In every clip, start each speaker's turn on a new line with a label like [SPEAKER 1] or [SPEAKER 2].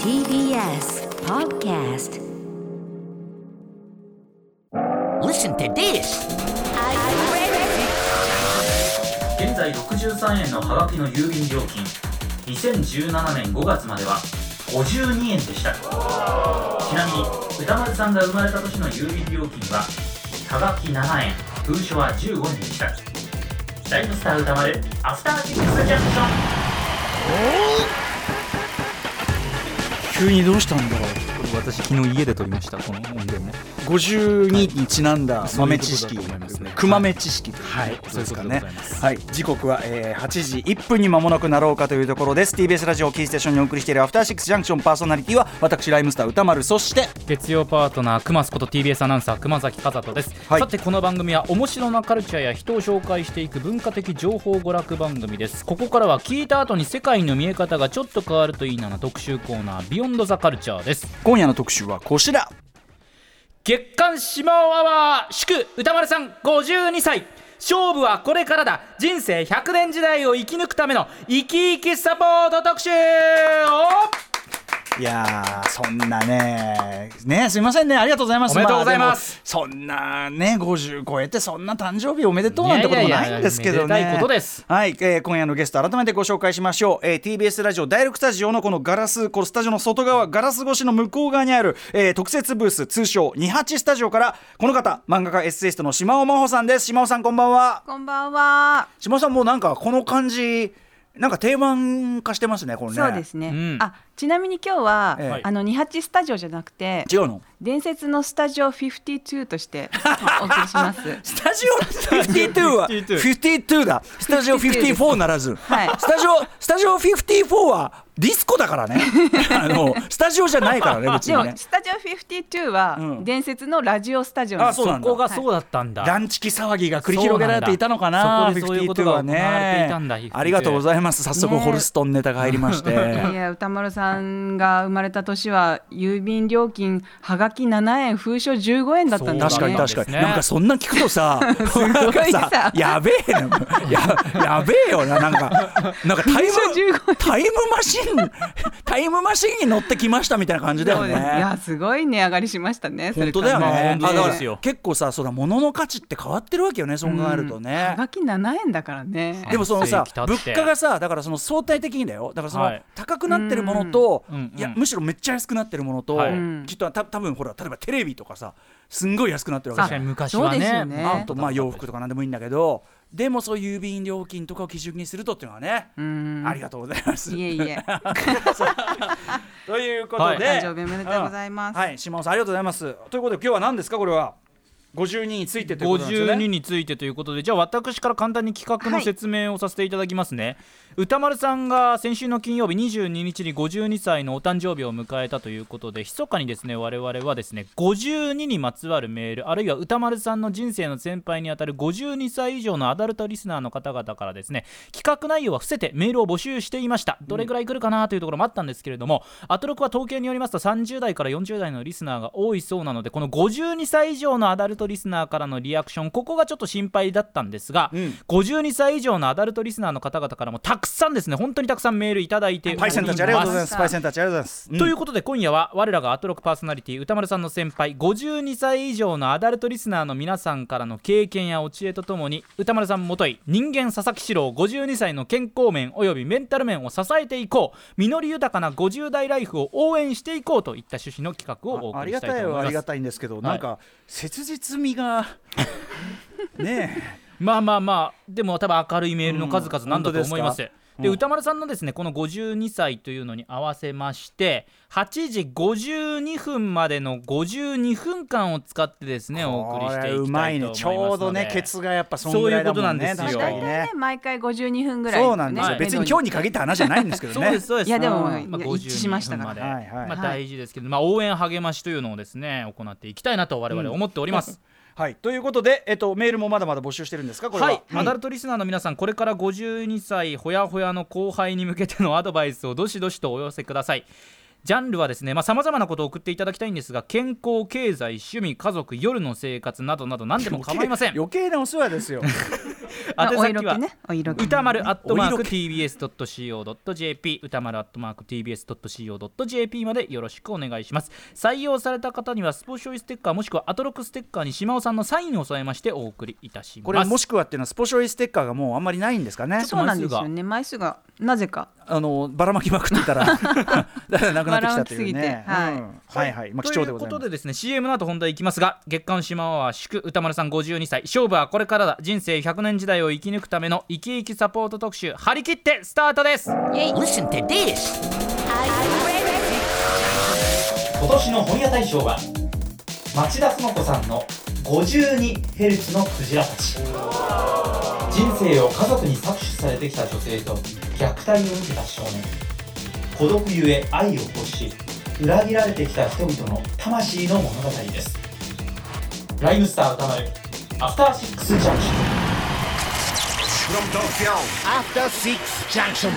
[SPEAKER 1] TBS Podcast
[SPEAKER 2] Listen to this.
[SPEAKER 3] 現在63円のハガキの郵便料金2017年5月までは52円でしたちなみに歌丸さんが生まれた年の郵便料金はハガキ7円封書は15円でしたライブスター歌丸アフターシックスジャンクション
[SPEAKER 4] 急にどうしたんだろう
[SPEAKER 5] 私昨日家で撮りましたこの音源ね
[SPEAKER 4] 52にちなんだ豆知識
[SPEAKER 5] そういうことだと思いますね
[SPEAKER 4] 熊豆知識ということですかね
[SPEAKER 5] そういうことでございま
[SPEAKER 4] はい時刻は、えー8時1分に間もなくなろうかというところです TBS ラジオをキーステーションにお送りしているアフターシックスジャンクションパーソナリティは私ライムスター歌丸そして
[SPEAKER 6] 月曜パートナー熊須こと TBS アナウンサー熊崎和人です、
[SPEAKER 4] はい
[SPEAKER 6] さてこの番組は面白なカルチャーや人を紹介していく文化的情報娯楽番組ですここからは聞いた後に世界の見え方がちょっと変わるといいなな特集コーナー「ビヨンドザカルチャーです
[SPEAKER 4] 今夜の特集はこちら
[SPEAKER 6] 月刊シマオアワー祝歌丸さん52歳勝負はこれからだ人生100年時代を生き抜くための生き生きサポート特集
[SPEAKER 4] いやーそんなねねすいませんねありがとうございます
[SPEAKER 6] おめでとうございます
[SPEAKER 4] あでもそんなね50超えてそんな誕生日おめでとうなんてこともないんですけど
[SPEAKER 6] いや
[SPEAKER 4] ね
[SPEAKER 6] いやいやめでたいことです
[SPEAKER 4] はい、えー今夜のゲスト改めてご紹介しましょう、えー TBS ラジオ第6スタジオのこのガラスこのスタジオの外側ガラス越しの向こう側にある、えー特設ブース通称28スタジオからこの方漫画家エッセイストの島尾真帆さんです島尾さんこんばんは
[SPEAKER 7] こんばんは。
[SPEAKER 4] 島尾さんもうなんかこの感じなんか定番化してますねこれね
[SPEAKER 7] そうですね。
[SPEAKER 6] うん
[SPEAKER 7] あ、ちなみに今日は、
[SPEAKER 4] ええ
[SPEAKER 7] あの二八スタジオじゃなくて、
[SPEAKER 4] 違うの
[SPEAKER 7] 伝説のスタジオ52としてお送り します。
[SPEAKER 4] スタジオ52は52だスタジオ54ならず、
[SPEAKER 7] はい
[SPEAKER 4] スタジオスタジオ54はディスコだから ねあのスタジオじゃないからね別
[SPEAKER 7] で
[SPEAKER 4] に
[SPEAKER 7] も、
[SPEAKER 4] ね
[SPEAKER 7] スタジオ52は、
[SPEAKER 4] うん
[SPEAKER 7] 伝説のラジオスタジオなんです
[SPEAKER 4] あそうな
[SPEAKER 6] こ
[SPEAKER 4] んだ
[SPEAKER 6] こがそうだったんだ、
[SPEAKER 4] ランチキ騒ぎが繰り広げられていたのかな
[SPEAKER 6] そうなんだそこでそういうことが行われていたんだ
[SPEAKER 4] 52ありがとうございます早速
[SPEAKER 7] ね
[SPEAKER 4] ホルストンネタが入りまして、
[SPEAKER 7] いやいや歌丸さんが生まれた年は郵便料金はがき7円封書15円だったんです
[SPEAKER 4] 確か
[SPEAKER 7] ね
[SPEAKER 4] に確かに、
[SPEAKER 6] そうなんですね
[SPEAKER 4] なんかそんなん聞くとさなんか
[SPEAKER 7] いさ
[SPEAKER 4] さやべえなややべえよななんかなんかタイム
[SPEAKER 7] 15
[SPEAKER 4] タイムマシンタイムマシンに乗ってきましたみたいな感じだよ
[SPEAKER 7] そうですい
[SPEAKER 4] ね
[SPEAKER 7] やすごい値上がりしましたねそれ
[SPEAKER 4] 本当だよ
[SPEAKER 7] から
[SPEAKER 4] ね、
[SPEAKER 6] まあ本
[SPEAKER 4] あだ
[SPEAKER 6] 当そうで
[SPEAKER 4] か
[SPEAKER 6] す
[SPEAKER 4] ら
[SPEAKER 6] よ
[SPEAKER 4] 結構さそうだ物の価値って変わってるわけよねそう考えるとね
[SPEAKER 7] は、がき7円だからね
[SPEAKER 4] でもそのさ
[SPEAKER 6] 半世紀経
[SPEAKER 4] 物
[SPEAKER 6] って
[SPEAKER 4] 価がさだからその相対的にだよだからその、
[SPEAKER 6] はい
[SPEAKER 4] 高くなってるものと、
[SPEAKER 6] うんうん
[SPEAKER 4] いやむしろめっちゃ安くなってるものと、
[SPEAKER 6] はい
[SPEAKER 4] きっとた多分ほら例えばテレビとかさすんごい安くなってるわけじゃ
[SPEAKER 6] 確か
[SPEAKER 4] ん
[SPEAKER 6] に昔
[SPEAKER 7] そう
[SPEAKER 6] は
[SPEAKER 7] です
[SPEAKER 6] ね
[SPEAKER 7] よね
[SPEAKER 4] あとまあ洋服とか何でもいいんだけどでもそういう郵便料金とかを基準にするとっていうのはね、
[SPEAKER 7] うん
[SPEAKER 4] ありがとうございます。
[SPEAKER 7] いえいえ
[SPEAKER 4] ということで、
[SPEAKER 7] 誕生日おめでとうございます、
[SPEAKER 4] はい、島尾さんありがとうございます。ということで今日は何ですかこれは52についてということなんですよ
[SPEAKER 6] 52
[SPEAKER 4] ね。
[SPEAKER 6] についてということでじゃあ私から簡単に企画の説明をさせていただきますね、歌丸さんが先週の金曜日22日に52歳のお誕生日を迎えたということで密かにですね我々はですね52にまつわるメールあるいは歌丸さんの人生の先輩にあたる52歳以上のアダルトリスナーの方々からですね企画内容は伏せてメールを募集していましたどれぐらい来るかなというところもあったんですけれども、アトロクは統計によりますと30代から40代のリスナーが多いそうなのでこの52歳以上のアダルトリスナーからのリアクションここがちょっと心配だったんですが、
[SPEAKER 4] うん
[SPEAKER 6] 52歳以上のアダルトリスナーの方々からもたくさんですね本当にたくさんメールいただいており
[SPEAKER 4] パイセンたちありがとうございま
[SPEAKER 6] ます
[SPEAKER 4] す。パイセンたちありがとうございます。
[SPEAKER 6] ということで今夜は我らがアトロクパーソナリティ歌丸さんの先輩52歳以上のアダルトリスナーの皆さんからの経験やお知恵とともに歌丸さんもとい人間佐々木史郎52歳の健康面およびメンタル面を支えていこう実り豊かな50代ライフを応援していこうといった趣旨の企画をお
[SPEAKER 4] ああ
[SPEAKER 6] 送
[SPEAKER 4] り
[SPEAKER 6] り
[SPEAKER 4] が
[SPEAKER 6] した
[SPEAKER 4] た
[SPEAKER 6] い
[SPEAKER 4] い
[SPEAKER 6] と
[SPEAKER 4] はあり
[SPEAKER 6] 思い
[SPEAKER 4] が
[SPEAKER 6] ます。
[SPEAKER 4] たいんですけど、なんか切実味が ねえ。
[SPEAKER 6] まあまあまあでも多分明るいメールの数々なんだと思います。
[SPEAKER 4] うん本当で
[SPEAKER 6] で
[SPEAKER 4] う
[SPEAKER 6] す
[SPEAKER 4] ん
[SPEAKER 6] 歌丸さんのですねこの52歳というのに合わせまして8時52分までの52分間を使ってですねお送りしていきたいと思いますので
[SPEAKER 4] うまいねちょうどねケツがやっぱそんぐらいだもんね
[SPEAKER 6] そういう
[SPEAKER 4] 確か
[SPEAKER 6] ことなんですよ
[SPEAKER 7] 大
[SPEAKER 4] に
[SPEAKER 7] 体
[SPEAKER 4] ね
[SPEAKER 7] ね毎回52分ぐらい
[SPEAKER 4] そうなんですよ、
[SPEAKER 6] はい
[SPEAKER 4] 別に今日
[SPEAKER 7] 日
[SPEAKER 4] に限った話じゃないんですけど
[SPEAKER 6] そうで
[SPEAKER 4] ね
[SPEAKER 6] すそうです
[SPEAKER 7] いやでも
[SPEAKER 6] うん
[SPEAKER 7] いや
[SPEAKER 6] 52
[SPEAKER 7] 一致しましたから
[SPEAKER 6] 分
[SPEAKER 4] は
[SPEAKER 6] ま
[SPEAKER 4] い
[SPEAKER 6] で
[SPEAKER 4] はい
[SPEAKER 6] まあ
[SPEAKER 7] はい
[SPEAKER 6] 大事ですけど、まあ、応援励ましというのをですね行っていきたいなと我々思っております、
[SPEAKER 4] はいということで、えっと、メールもまだまだ募集してるんですかこれは、
[SPEAKER 6] はい、アダルトリスナーの皆さんこれから52歳ほやほやの後輩に向けてのアドバイスをどしどしとお寄せくださいジャンルはですねさまざ、まなことを送っていただきたいんですが健康経済趣味家族夜の生活などなど何で も構いません
[SPEAKER 4] 余計なお世話です よ
[SPEAKER 7] まあ
[SPEAKER 6] 宛
[SPEAKER 7] お
[SPEAKER 6] 先
[SPEAKER 7] 色
[SPEAKER 6] は
[SPEAKER 7] 気ねお色気
[SPEAKER 6] 歌丸アットマー
[SPEAKER 4] お
[SPEAKER 6] ク
[SPEAKER 4] 色
[SPEAKER 6] TBS.CO.JP 歌丸アットマーク TBS.CO.JP までよろしくお願いします採用された方にはスポショイステッカーもしくはアトロクステッカーに島尾さんのサインを添えましてお送りいたします
[SPEAKER 4] これもしくはっていうのはスポショイステッカーがもうあんまりないんですかね
[SPEAKER 7] そうなんですよね枚数がなぜか
[SPEAKER 4] あのばらまきまくってたら だからなくなってきたというね
[SPEAKER 7] ばらまきすぎてはい
[SPEAKER 4] うんはいはいまあ貴
[SPEAKER 6] とい
[SPEAKER 4] 重で
[SPEAKER 6] う
[SPEAKER 4] ご
[SPEAKER 6] こ
[SPEAKER 4] ざい
[SPEAKER 6] と
[SPEAKER 4] ます
[SPEAKER 6] でですね CM の後本題いきますが月刊島は祝歌丸さん52歳勝負はこれからだ人生100年時代を生き抜くための生き生きサポート特集張り切ってスタートです
[SPEAKER 2] Listen to this.
[SPEAKER 3] 今年の本屋大賞は町田園子さんの 52Hz のクジラたち人生を家族に搾取されてきた女性と虐待を受けた少年孤独ゆえ愛を欲し裏切られてきた人々の魂の物語ですライムスター歌丸アフターシックスジャンクション
[SPEAKER 2] After Six Junction.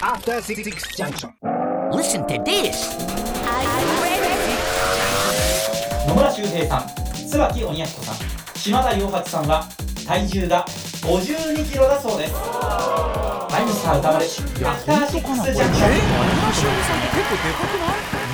[SPEAKER 1] After Six Six Junction.
[SPEAKER 2] Listen to this.
[SPEAKER 3] 野村修平さん椿鬼奴さん島田洋八さんは体重が5 2キロだそうですライムスター歌丸アフターシックスジャンクション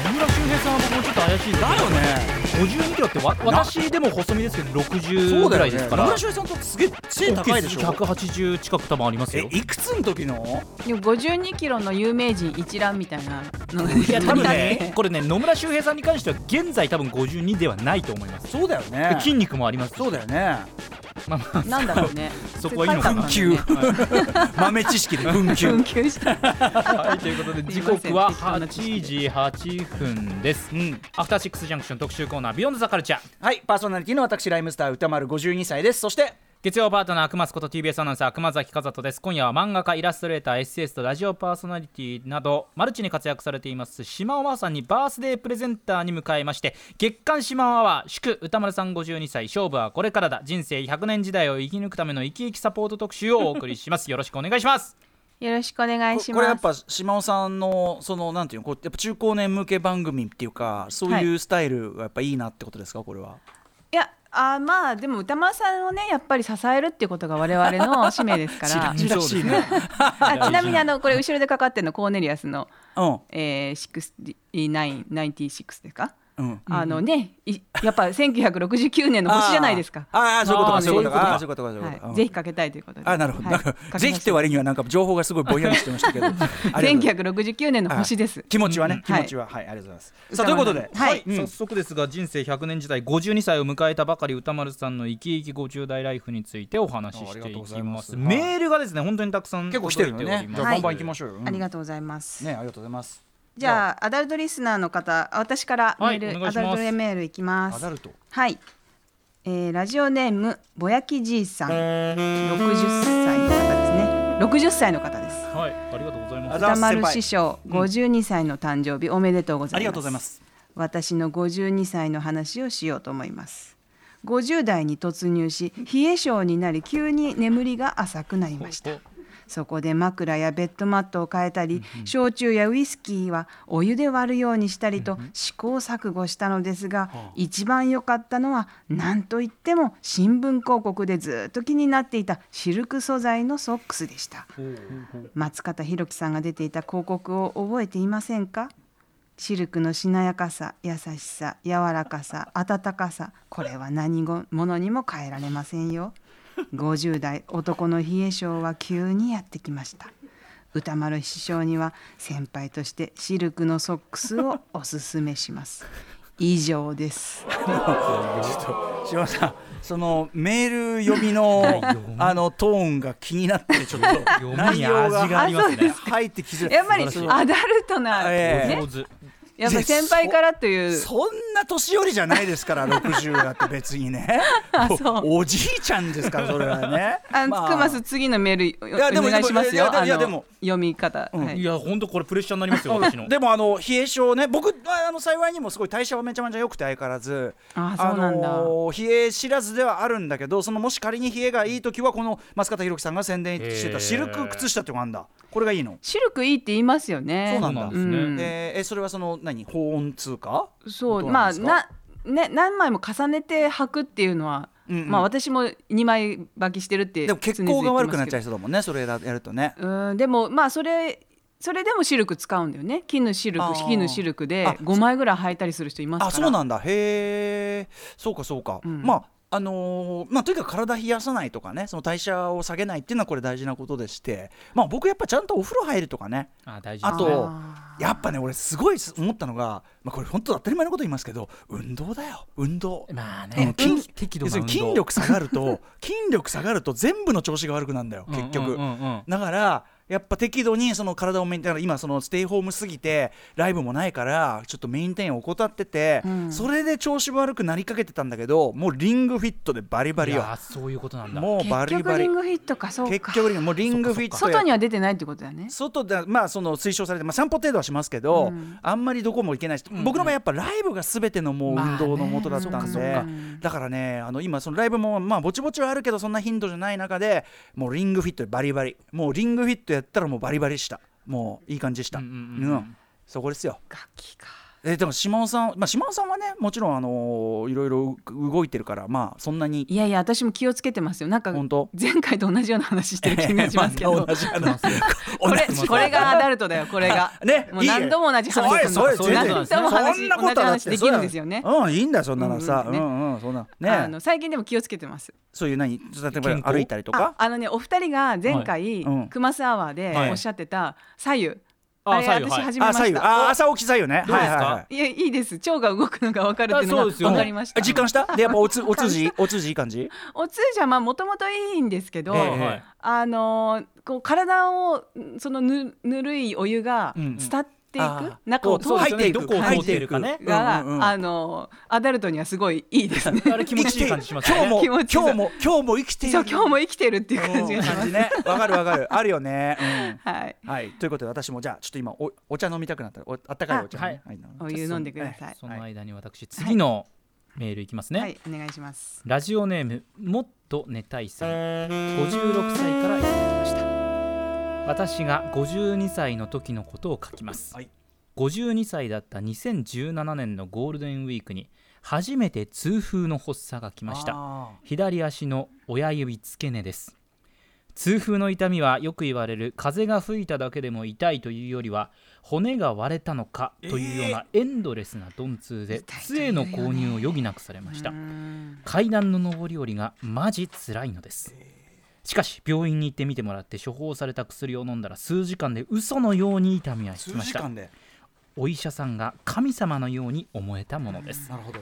[SPEAKER 6] 野村周平さんは僕もちょっと怪しいですだよね52キロってわ私でも細身ですけど60ぐらいですから
[SPEAKER 4] 野村翔平さんとすげえ背高いでしょ
[SPEAKER 6] 180近く多分あります
[SPEAKER 4] え
[SPEAKER 6] よ
[SPEAKER 4] いくつの時の
[SPEAKER 7] でも52キロの有名人一覧みたいなのが
[SPEAKER 6] いや多分
[SPEAKER 7] 出てき
[SPEAKER 6] ね
[SPEAKER 7] て
[SPEAKER 6] これね野村周平さんに関しては現在多分52ではないと思います
[SPEAKER 4] そうだよ
[SPEAKER 6] で
[SPEAKER 4] ね
[SPEAKER 6] 筋肉もあります
[SPEAKER 4] そうだよね
[SPEAKER 6] まあまあ
[SPEAKER 7] なんだろ うね
[SPEAKER 6] そこはいいのかな
[SPEAKER 7] 世界観なんだよね
[SPEAKER 4] 豆知識で 紛糾
[SPEAKER 7] 紛糾した
[SPEAKER 6] はい、ということで時刻は8時8分です、アフターシックスジャンクション特集コーナー「ビヨンドザカルチャー
[SPEAKER 4] はいパーソナリティの私ライムスター歌丸52歳ですそして
[SPEAKER 6] 月曜パートナー熊津こと TBS アナウンサー熊崎和人です今夜は漫画家イラストレーターエッセイストラジオパーソナリティなどマルチに活躍されています島尾真央さんにバースデープレゼンターに迎えまして月刊島尾アワー祝歌丸さん52歳勝負はこれからだ人生100年時代を生き抜くための生き生きサポート特集をお送りしますよろしくお願いします
[SPEAKER 7] よろしくお願いします
[SPEAKER 4] これやっぱ島尾さんのそのなんていうのこうやっぱ中高年向け番組っていうかそういうスタイルがやっぱいいなってことですかこれは、
[SPEAKER 7] いやあーまあでも歌丸さんをねやっぱり支えるっていうことが我々 の使命ですから
[SPEAKER 4] 知らんらしいな、
[SPEAKER 7] あちなみにあのこれ後ろでかかってるのコーネリアスの、
[SPEAKER 4] うん
[SPEAKER 7] えー、6996ですか、
[SPEAKER 4] うん
[SPEAKER 7] あのねいやっぱ1969年の星じゃないですか。
[SPEAKER 4] あーあーそういうこと
[SPEAKER 6] あ
[SPEAKER 4] か
[SPEAKER 6] ー
[SPEAKER 4] そういうことかあーそ
[SPEAKER 6] そ
[SPEAKER 4] ういうことかそういうことか、
[SPEAKER 7] は
[SPEAKER 4] うん
[SPEAKER 7] い、ぜひかけたいということで。
[SPEAKER 4] あーなるほど、
[SPEAKER 7] は
[SPEAKER 4] な
[SPEAKER 7] い
[SPEAKER 4] んか
[SPEAKER 7] かけましょう
[SPEAKER 4] ぜひって割にはなんか情報がすごいぼんやりしてましたけどありがとうご ざいます
[SPEAKER 7] 1969年の星です。
[SPEAKER 4] 気持ちはね、
[SPEAKER 7] うん
[SPEAKER 4] 気持ちははい、ありがとうございますさあということで、
[SPEAKER 7] はい
[SPEAKER 4] うん
[SPEAKER 6] 早速ですが人生100年時代52歳を迎えたばかり歌丸さんの生き生き50代ライフについてお話ししていき
[SPEAKER 4] あありがとうご
[SPEAKER 6] ます
[SPEAKER 4] ざいます
[SPEAKER 6] メールがですね本当にたくさん
[SPEAKER 4] 結構来てるよねじ
[SPEAKER 6] 届いおりま
[SPEAKER 4] ゃ
[SPEAKER 6] す
[SPEAKER 4] あ
[SPEAKER 7] はい
[SPEAKER 4] バンバン行きましょうよ、うん
[SPEAKER 7] ありがとうございます。
[SPEAKER 4] ねありがとうございます
[SPEAKER 7] じゃあアダルトリスナーの方、あ私からメール、
[SPEAKER 6] はいお願いしま
[SPEAKER 7] ア
[SPEAKER 6] す
[SPEAKER 7] ダルトメールいきま
[SPEAKER 4] ア
[SPEAKER 7] す
[SPEAKER 4] ダ。ルト
[SPEAKER 7] はい、えーラジオネームぼやきじいさん、60歳の方ですね。60歳の方です。
[SPEAKER 6] はいありがとうございます
[SPEAKER 4] あざ
[SPEAKER 7] 歌
[SPEAKER 4] っす先輩
[SPEAKER 7] 丸師匠52歳の誕生日おめでとうございます、
[SPEAKER 4] ありがとうございます
[SPEAKER 7] 私の52歳の話をしようと思います50代に突入し冷え性になり急に眠りが浅くなりましたそこで枕やベッドマットを変えたり焼酎やウイスキーはお湯で割るようにしたりと試行錯誤したのですが一番良かったのは何といっても新聞広告でずっと気になっていたシルク素材のソックスでした松方弘樹さんが出ていた広告を覚えていませんかシルクのしなやかさ優しさ柔らかさ温かさこれは何ごものにも変えられませんよ50代男の冷え性は急にやってきました歌丸師匠には先輩としてシルクのソックスをおすすめします以上です
[SPEAKER 4] 島田さんそのメール読みのあのトーンが気になってちょっと
[SPEAKER 6] 読み
[SPEAKER 4] 内
[SPEAKER 6] に
[SPEAKER 4] 容が
[SPEAKER 6] 味がありますね
[SPEAKER 4] 入ってきづらい
[SPEAKER 7] やっぱり
[SPEAKER 4] 素晴らし
[SPEAKER 7] アダルトな、
[SPEAKER 4] え
[SPEAKER 7] ね
[SPEAKER 6] 上、手
[SPEAKER 7] やっぱ先輩からとい
[SPEAKER 4] いうそんな年寄りじゃないですから60だって別に ねおおじいちゃんですからそれはね
[SPEAKER 7] あの、
[SPEAKER 4] ま
[SPEAKER 7] つくます次のメール
[SPEAKER 4] やで
[SPEAKER 7] お
[SPEAKER 4] も
[SPEAKER 7] 願いしますよ。
[SPEAKER 4] いや
[SPEAKER 7] あ
[SPEAKER 4] いや
[SPEAKER 7] の
[SPEAKER 4] でも
[SPEAKER 7] 読み方、
[SPEAKER 4] ん
[SPEAKER 7] はい
[SPEAKER 6] いや本当これプレッシャーになりますよ私の
[SPEAKER 4] でもあの冷え性ね僕ああの幸いにもすごい代謝はめちゃめちゃ良くて相変わらず
[SPEAKER 7] あそうなんだ
[SPEAKER 4] の冷え知らずではあるんだけどそのもし仮に冷えがいい時はこの松方弘樹さんが宣伝してたシルク靴下っていうのがあるんだこれがいいの
[SPEAKER 7] シルクいいって言いますよ
[SPEAKER 4] そ
[SPEAKER 7] ね。
[SPEAKER 4] うなん
[SPEAKER 6] な
[SPEAKER 4] だ
[SPEAKER 6] んです
[SPEAKER 7] う
[SPEAKER 6] ね
[SPEAKER 7] ん
[SPEAKER 4] えーえそれはその何保温通貨
[SPEAKER 7] そう
[SPEAKER 4] どう
[SPEAKER 7] ま
[SPEAKER 4] なん
[SPEAKER 7] あ
[SPEAKER 4] ですか
[SPEAKER 7] な、ね、何枚も重ねて履くっていうのは、
[SPEAKER 4] うんうん
[SPEAKER 7] まあ私も2枚履きしてるって
[SPEAKER 4] でも血行が悪くなっちゃい
[SPEAKER 7] い
[SPEAKER 4] そうだもんねそれやるとね
[SPEAKER 7] うんでもまあそれそれでもシルク使うんだよね絹シル
[SPEAKER 4] あ
[SPEAKER 7] ク
[SPEAKER 4] ー
[SPEAKER 7] 絹シルクで
[SPEAKER 4] あ
[SPEAKER 7] 5枚ぐらい履いたりする人いますから
[SPEAKER 4] あそうなんだへえそうかそうか、
[SPEAKER 7] うん
[SPEAKER 4] まああのーまあ、とにかく体冷やさないとかねその代謝を下げないっていうのはこれ大事なことでして、まあ、僕やっぱちゃんとお風呂入るとかね
[SPEAKER 6] あ大事
[SPEAKER 4] あと
[SPEAKER 7] あ
[SPEAKER 4] やっぱね俺すごいす思ったのが、まあ、これ本当当たり前のこと言いますけど運動だよ運動。
[SPEAKER 6] まあ
[SPEAKER 4] うん
[SPEAKER 6] ね
[SPEAKER 4] 筋
[SPEAKER 6] 適度
[SPEAKER 4] 要
[SPEAKER 6] な
[SPEAKER 4] す
[SPEAKER 6] 運
[SPEAKER 4] るに
[SPEAKER 6] 動
[SPEAKER 4] 筋力下がると筋力下がると全部の調子が悪くなるんだよ結局、
[SPEAKER 6] うんうんうんうん
[SPEAKER 4] だからやっぱ適度にその体をメンテナン今そのステイホームすぎてライブもないからちょっとメインテンを怠ってて、
[SPEAKER 7] ん
[SPEAKER 4] それで調子悪くなりかけてたんだけどもうリングフィットでバリバリ
[SPEAKER 6] い
[SPEAKER 4] よ
[SPEAKER 6] やーそういうことなんだ
[SPEAKER 4] もうバ
[SPEAKER 7] ー
[SPEAKER 4] リ
[SPEAKER 7] 結局
[SPEAKER 4] バ
[SPEAKER 7] リ
[SPEAKER 4] リ
[SPEAKER 7] ングフィットかそう
[SPEAKER 4] 結
[SPEAKER 7] か
[SPEAKER 4] 局リングもうリングフィットや
[SPEAKER 7] 外には出てないってことだね
[SPEAKER 4] 外でまあその推奨されて、まあ、散歩程度はしますけど、
[SPEAKER 7] うん
[SPEAKER 4] あんまりどこも行けないし、僕の場合やっぱライブが全てのもう運動の元だったんで、
[SPEAKER 7] まあねそっかそっか
[SPEAKER 4] だからねあの今そのライブもまあぼちぼちはあるけどそんな頻度じゃない中でもうリングフィットでバリバリもうリングフィットやったらもうバリバリしたもういい感じでした、
[SPEAKER 6] うんうんうんう
[SPEAKER 4] う
[SPEAKER 6] ん
[SPEAKER 4] んそこですよ
[SPEAKER 7] 楽器か
[SPEAKER 4] えでも島尾さん、まあ、島尾さんはねもちろんあのいろいろ動いてるからまあそんなに
[SPEAKER 7] いやいや私も気をつけてますよなんか
[SPEAKER 4] 本当
[SPEAKER 7] 前回と同じような話して る気がしま すけ
[SPEAKER 4] ま
[SPEAKER 7] ど
[SPEAKER 4] あ同じ話
[SPEAKER 7] これこれがアダルトだよこれが
[SPEAKER 4] ね
[SPEAKER 7] もう何度も同じ話する
[SPEAKER 4] そうよ
[SPEAKER 7] の
[SPEAKER 4] そうよ
[SPEAKER 7] 何度も
[SPEAKER 4] そ
[SPEAKER 7] 話
[SPEAKER 4] んなことは
[SPEAKER 7] 同じ
[SPEAKER 4] だっ
[SPEAKER 7] 話
[SPEAKER 4] て
[SPEAKER 7] できるんですよね
[SPEAKER 4] そうだうんいいんだよそんなのさう
[SPEAKER 7] うんうんね
[SPEAKER 4] んうんそんな
[SPEAKER 7] あ
[SPEAKER 4] ね
[SPEAKER 7] の最近でも気をつけてます
[SPEAKER 4] そういう何例え
[SPEAKER 6] 健
[SPEAKER 4] ば
[SPEAKER 6] 康
[SPEAKER 4] 歩いたりとか
[SPEAKER 7] ああのねお二人が前回
[SPEAKER 4] うん
[SPEAKER 7] クマスアワーで
[SPEAKER 4] はい
[SPEAKER 7] おっしゃってた左右
[SPEAKER 6] あ
[SPEAKER 7] あれ
[SPEAKER 6] 左右
[SPEAKER 7] 私
[SPEAKER 6] はい
[SPEAKER 7] 始め
[SPEAKER 4] あ
[SPEAKER 7] ま
[SPEAKER 4] 左
[SPEAKER 7] し
[SPEAKER 4] 右あ
[SPEAKER 7] た
[SPEAKER 4] 朝起き左右ね
[SPEAKER 6] どうですか
[SPEAKER 4] はいはいはい
[SPEAKER 7] いやいいです腸が動くのが分かるっていう
[SPEAKER 6] あ
[SPEAKER 7] の
[SPEAKER 6] そうですよ
[SPEAKER 7] が
[SPEAKER 6] ね
[SPEAKER 7] 分かりました
[SPEAKER 4] あ実感したでやっぱおつお通じお通じいい感じ
[SPEAKER 7] お通じはまあもともといいんですけど
[SPEAKER 4] ええ
[SPEAKER 6] はい
[SPEAKER 7] あのーこう体をんそのぬぬるいお湯が
[SPEAKER 4] うんうん
[SPEAKER 7] 伝っていく
[SPEAKER 4] あー
[SPEAKER 7] 中を通
[SPEAKER 4] こう
[SPEAKER 7] る
[SPEAKER 4] 入っていく
[SPEAKER 6] そうですよねどこを通っているかね
[SPEAKER 4] 入っていく
[SPEAKER 7] が、
[SPEAKER 4] うんうんうん
[SPEAKER 7] あのーアダルトにはすごいいいですね。
[SPEAKER 6] あれ気持ちいい感じします
[SPEAKER 4] 今日
[SPEAKER 6] よね
[SPEAKER 4] も
[SPEAKER 7] 気持ちいい
[SPEAKER 4] 今日も今日も生きている
[SPEAKER 7] そう今日も生きてるっていう感じがしま
[SPEAKER 4] 感
[SPEAKER 7] す
[SPEAKER 4] じ。ねわかるわかるあるよねうん
[SPEAKER 7] はい。
[SPEAKER 4] はいということで私もじゃあちょっと今おお茶飲みたくなったらおあったかいお茶をねはい
[SPEAKER 7] お湯飲んでください。
[SPEAKER 6] その間に私次のメールいきますね、
[SPEAKER 7] はい、お願いします。
[SPEAKER 6] ラジオネームもっと寝たいさん56歳からいただきました私が52歳の時のことを書きます、
[SPEAKER 4] はい
[SPEAKER 6] 52歳だった2017年のゴールデンウィークに初めて痛風の発作が来ました
[SPEAKER 4] あ
[SPEAKER 6] 左足の親指付け根です痛風の痛みはよく言われる風が吹いただけでも痛いというよりは骨が割れたのかというようなエンドレスな鈍痛で
[SPEAKER 7] 痛いという
[SPEAKER 6] 杖
[SPEAKER 7] よね
[SPEAKER 6] の購入を余儀なくされました階段の上り下りがマジ辛いのですしかし病院に行ってみてもらって処方された薬を飲んだら数時間で嘘のように痛みはし
[SPEAKER 4] 数
[SPEAKER 6] まし
[SPEAKER 4] 時
[SPEAKER 6] た
[SPEAKER 4] 間で
[SPEAKER 6] お医者さんが神様のように思えたものです
[SPEAKER 4] なるほど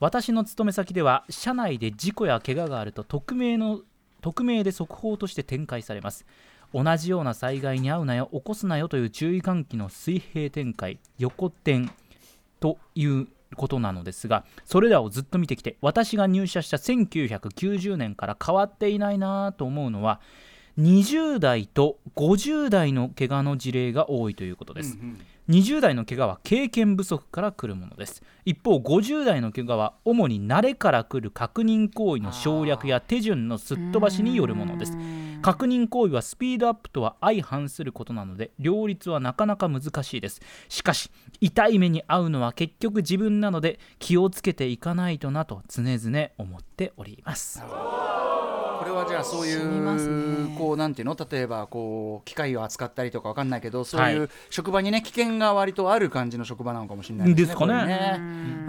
[SPEAKER 6] 私の勤め先では社内で事故や怪我があると匿名の匿名で速報として展開されます同じような災害に遭うなよ起こすなよという注意喚起の水平展開横転ということなのですがそれらをずっと見てきて私が入社した1990年から変わっていないなぁと思うのは20代と50代の怪我の事例が多いということです、20代の怪我は経験不足からくるものです一方50代の怪我は主に慣れからくる確認行為の省略や手順のすっ飛ばしによるものです確認行為はスピードアップとは相反することなので両立はなかなか難しいですしかし痛い目に遭うのは結局自分なので気をつけていかないとなと常々思っております
[SPEAKER 4] これはじゃあそうい
[SPEAKER 7] 染みます
[SPEAKER 4] う、
[SPEAKER 7] ね
[SPEAKER 4] こうなんていうの例えばこう機械を扱ったりとかわかんないけどそうい
[SPEAKER 6] は
[SPEAKER 4] う職場にね危険が割とある感じの職場なのかもしれない
[SPEAKER 6] です
[SPEAKER 4] こ
[SPEAKER 6] かね
[SPEAKER 4] れ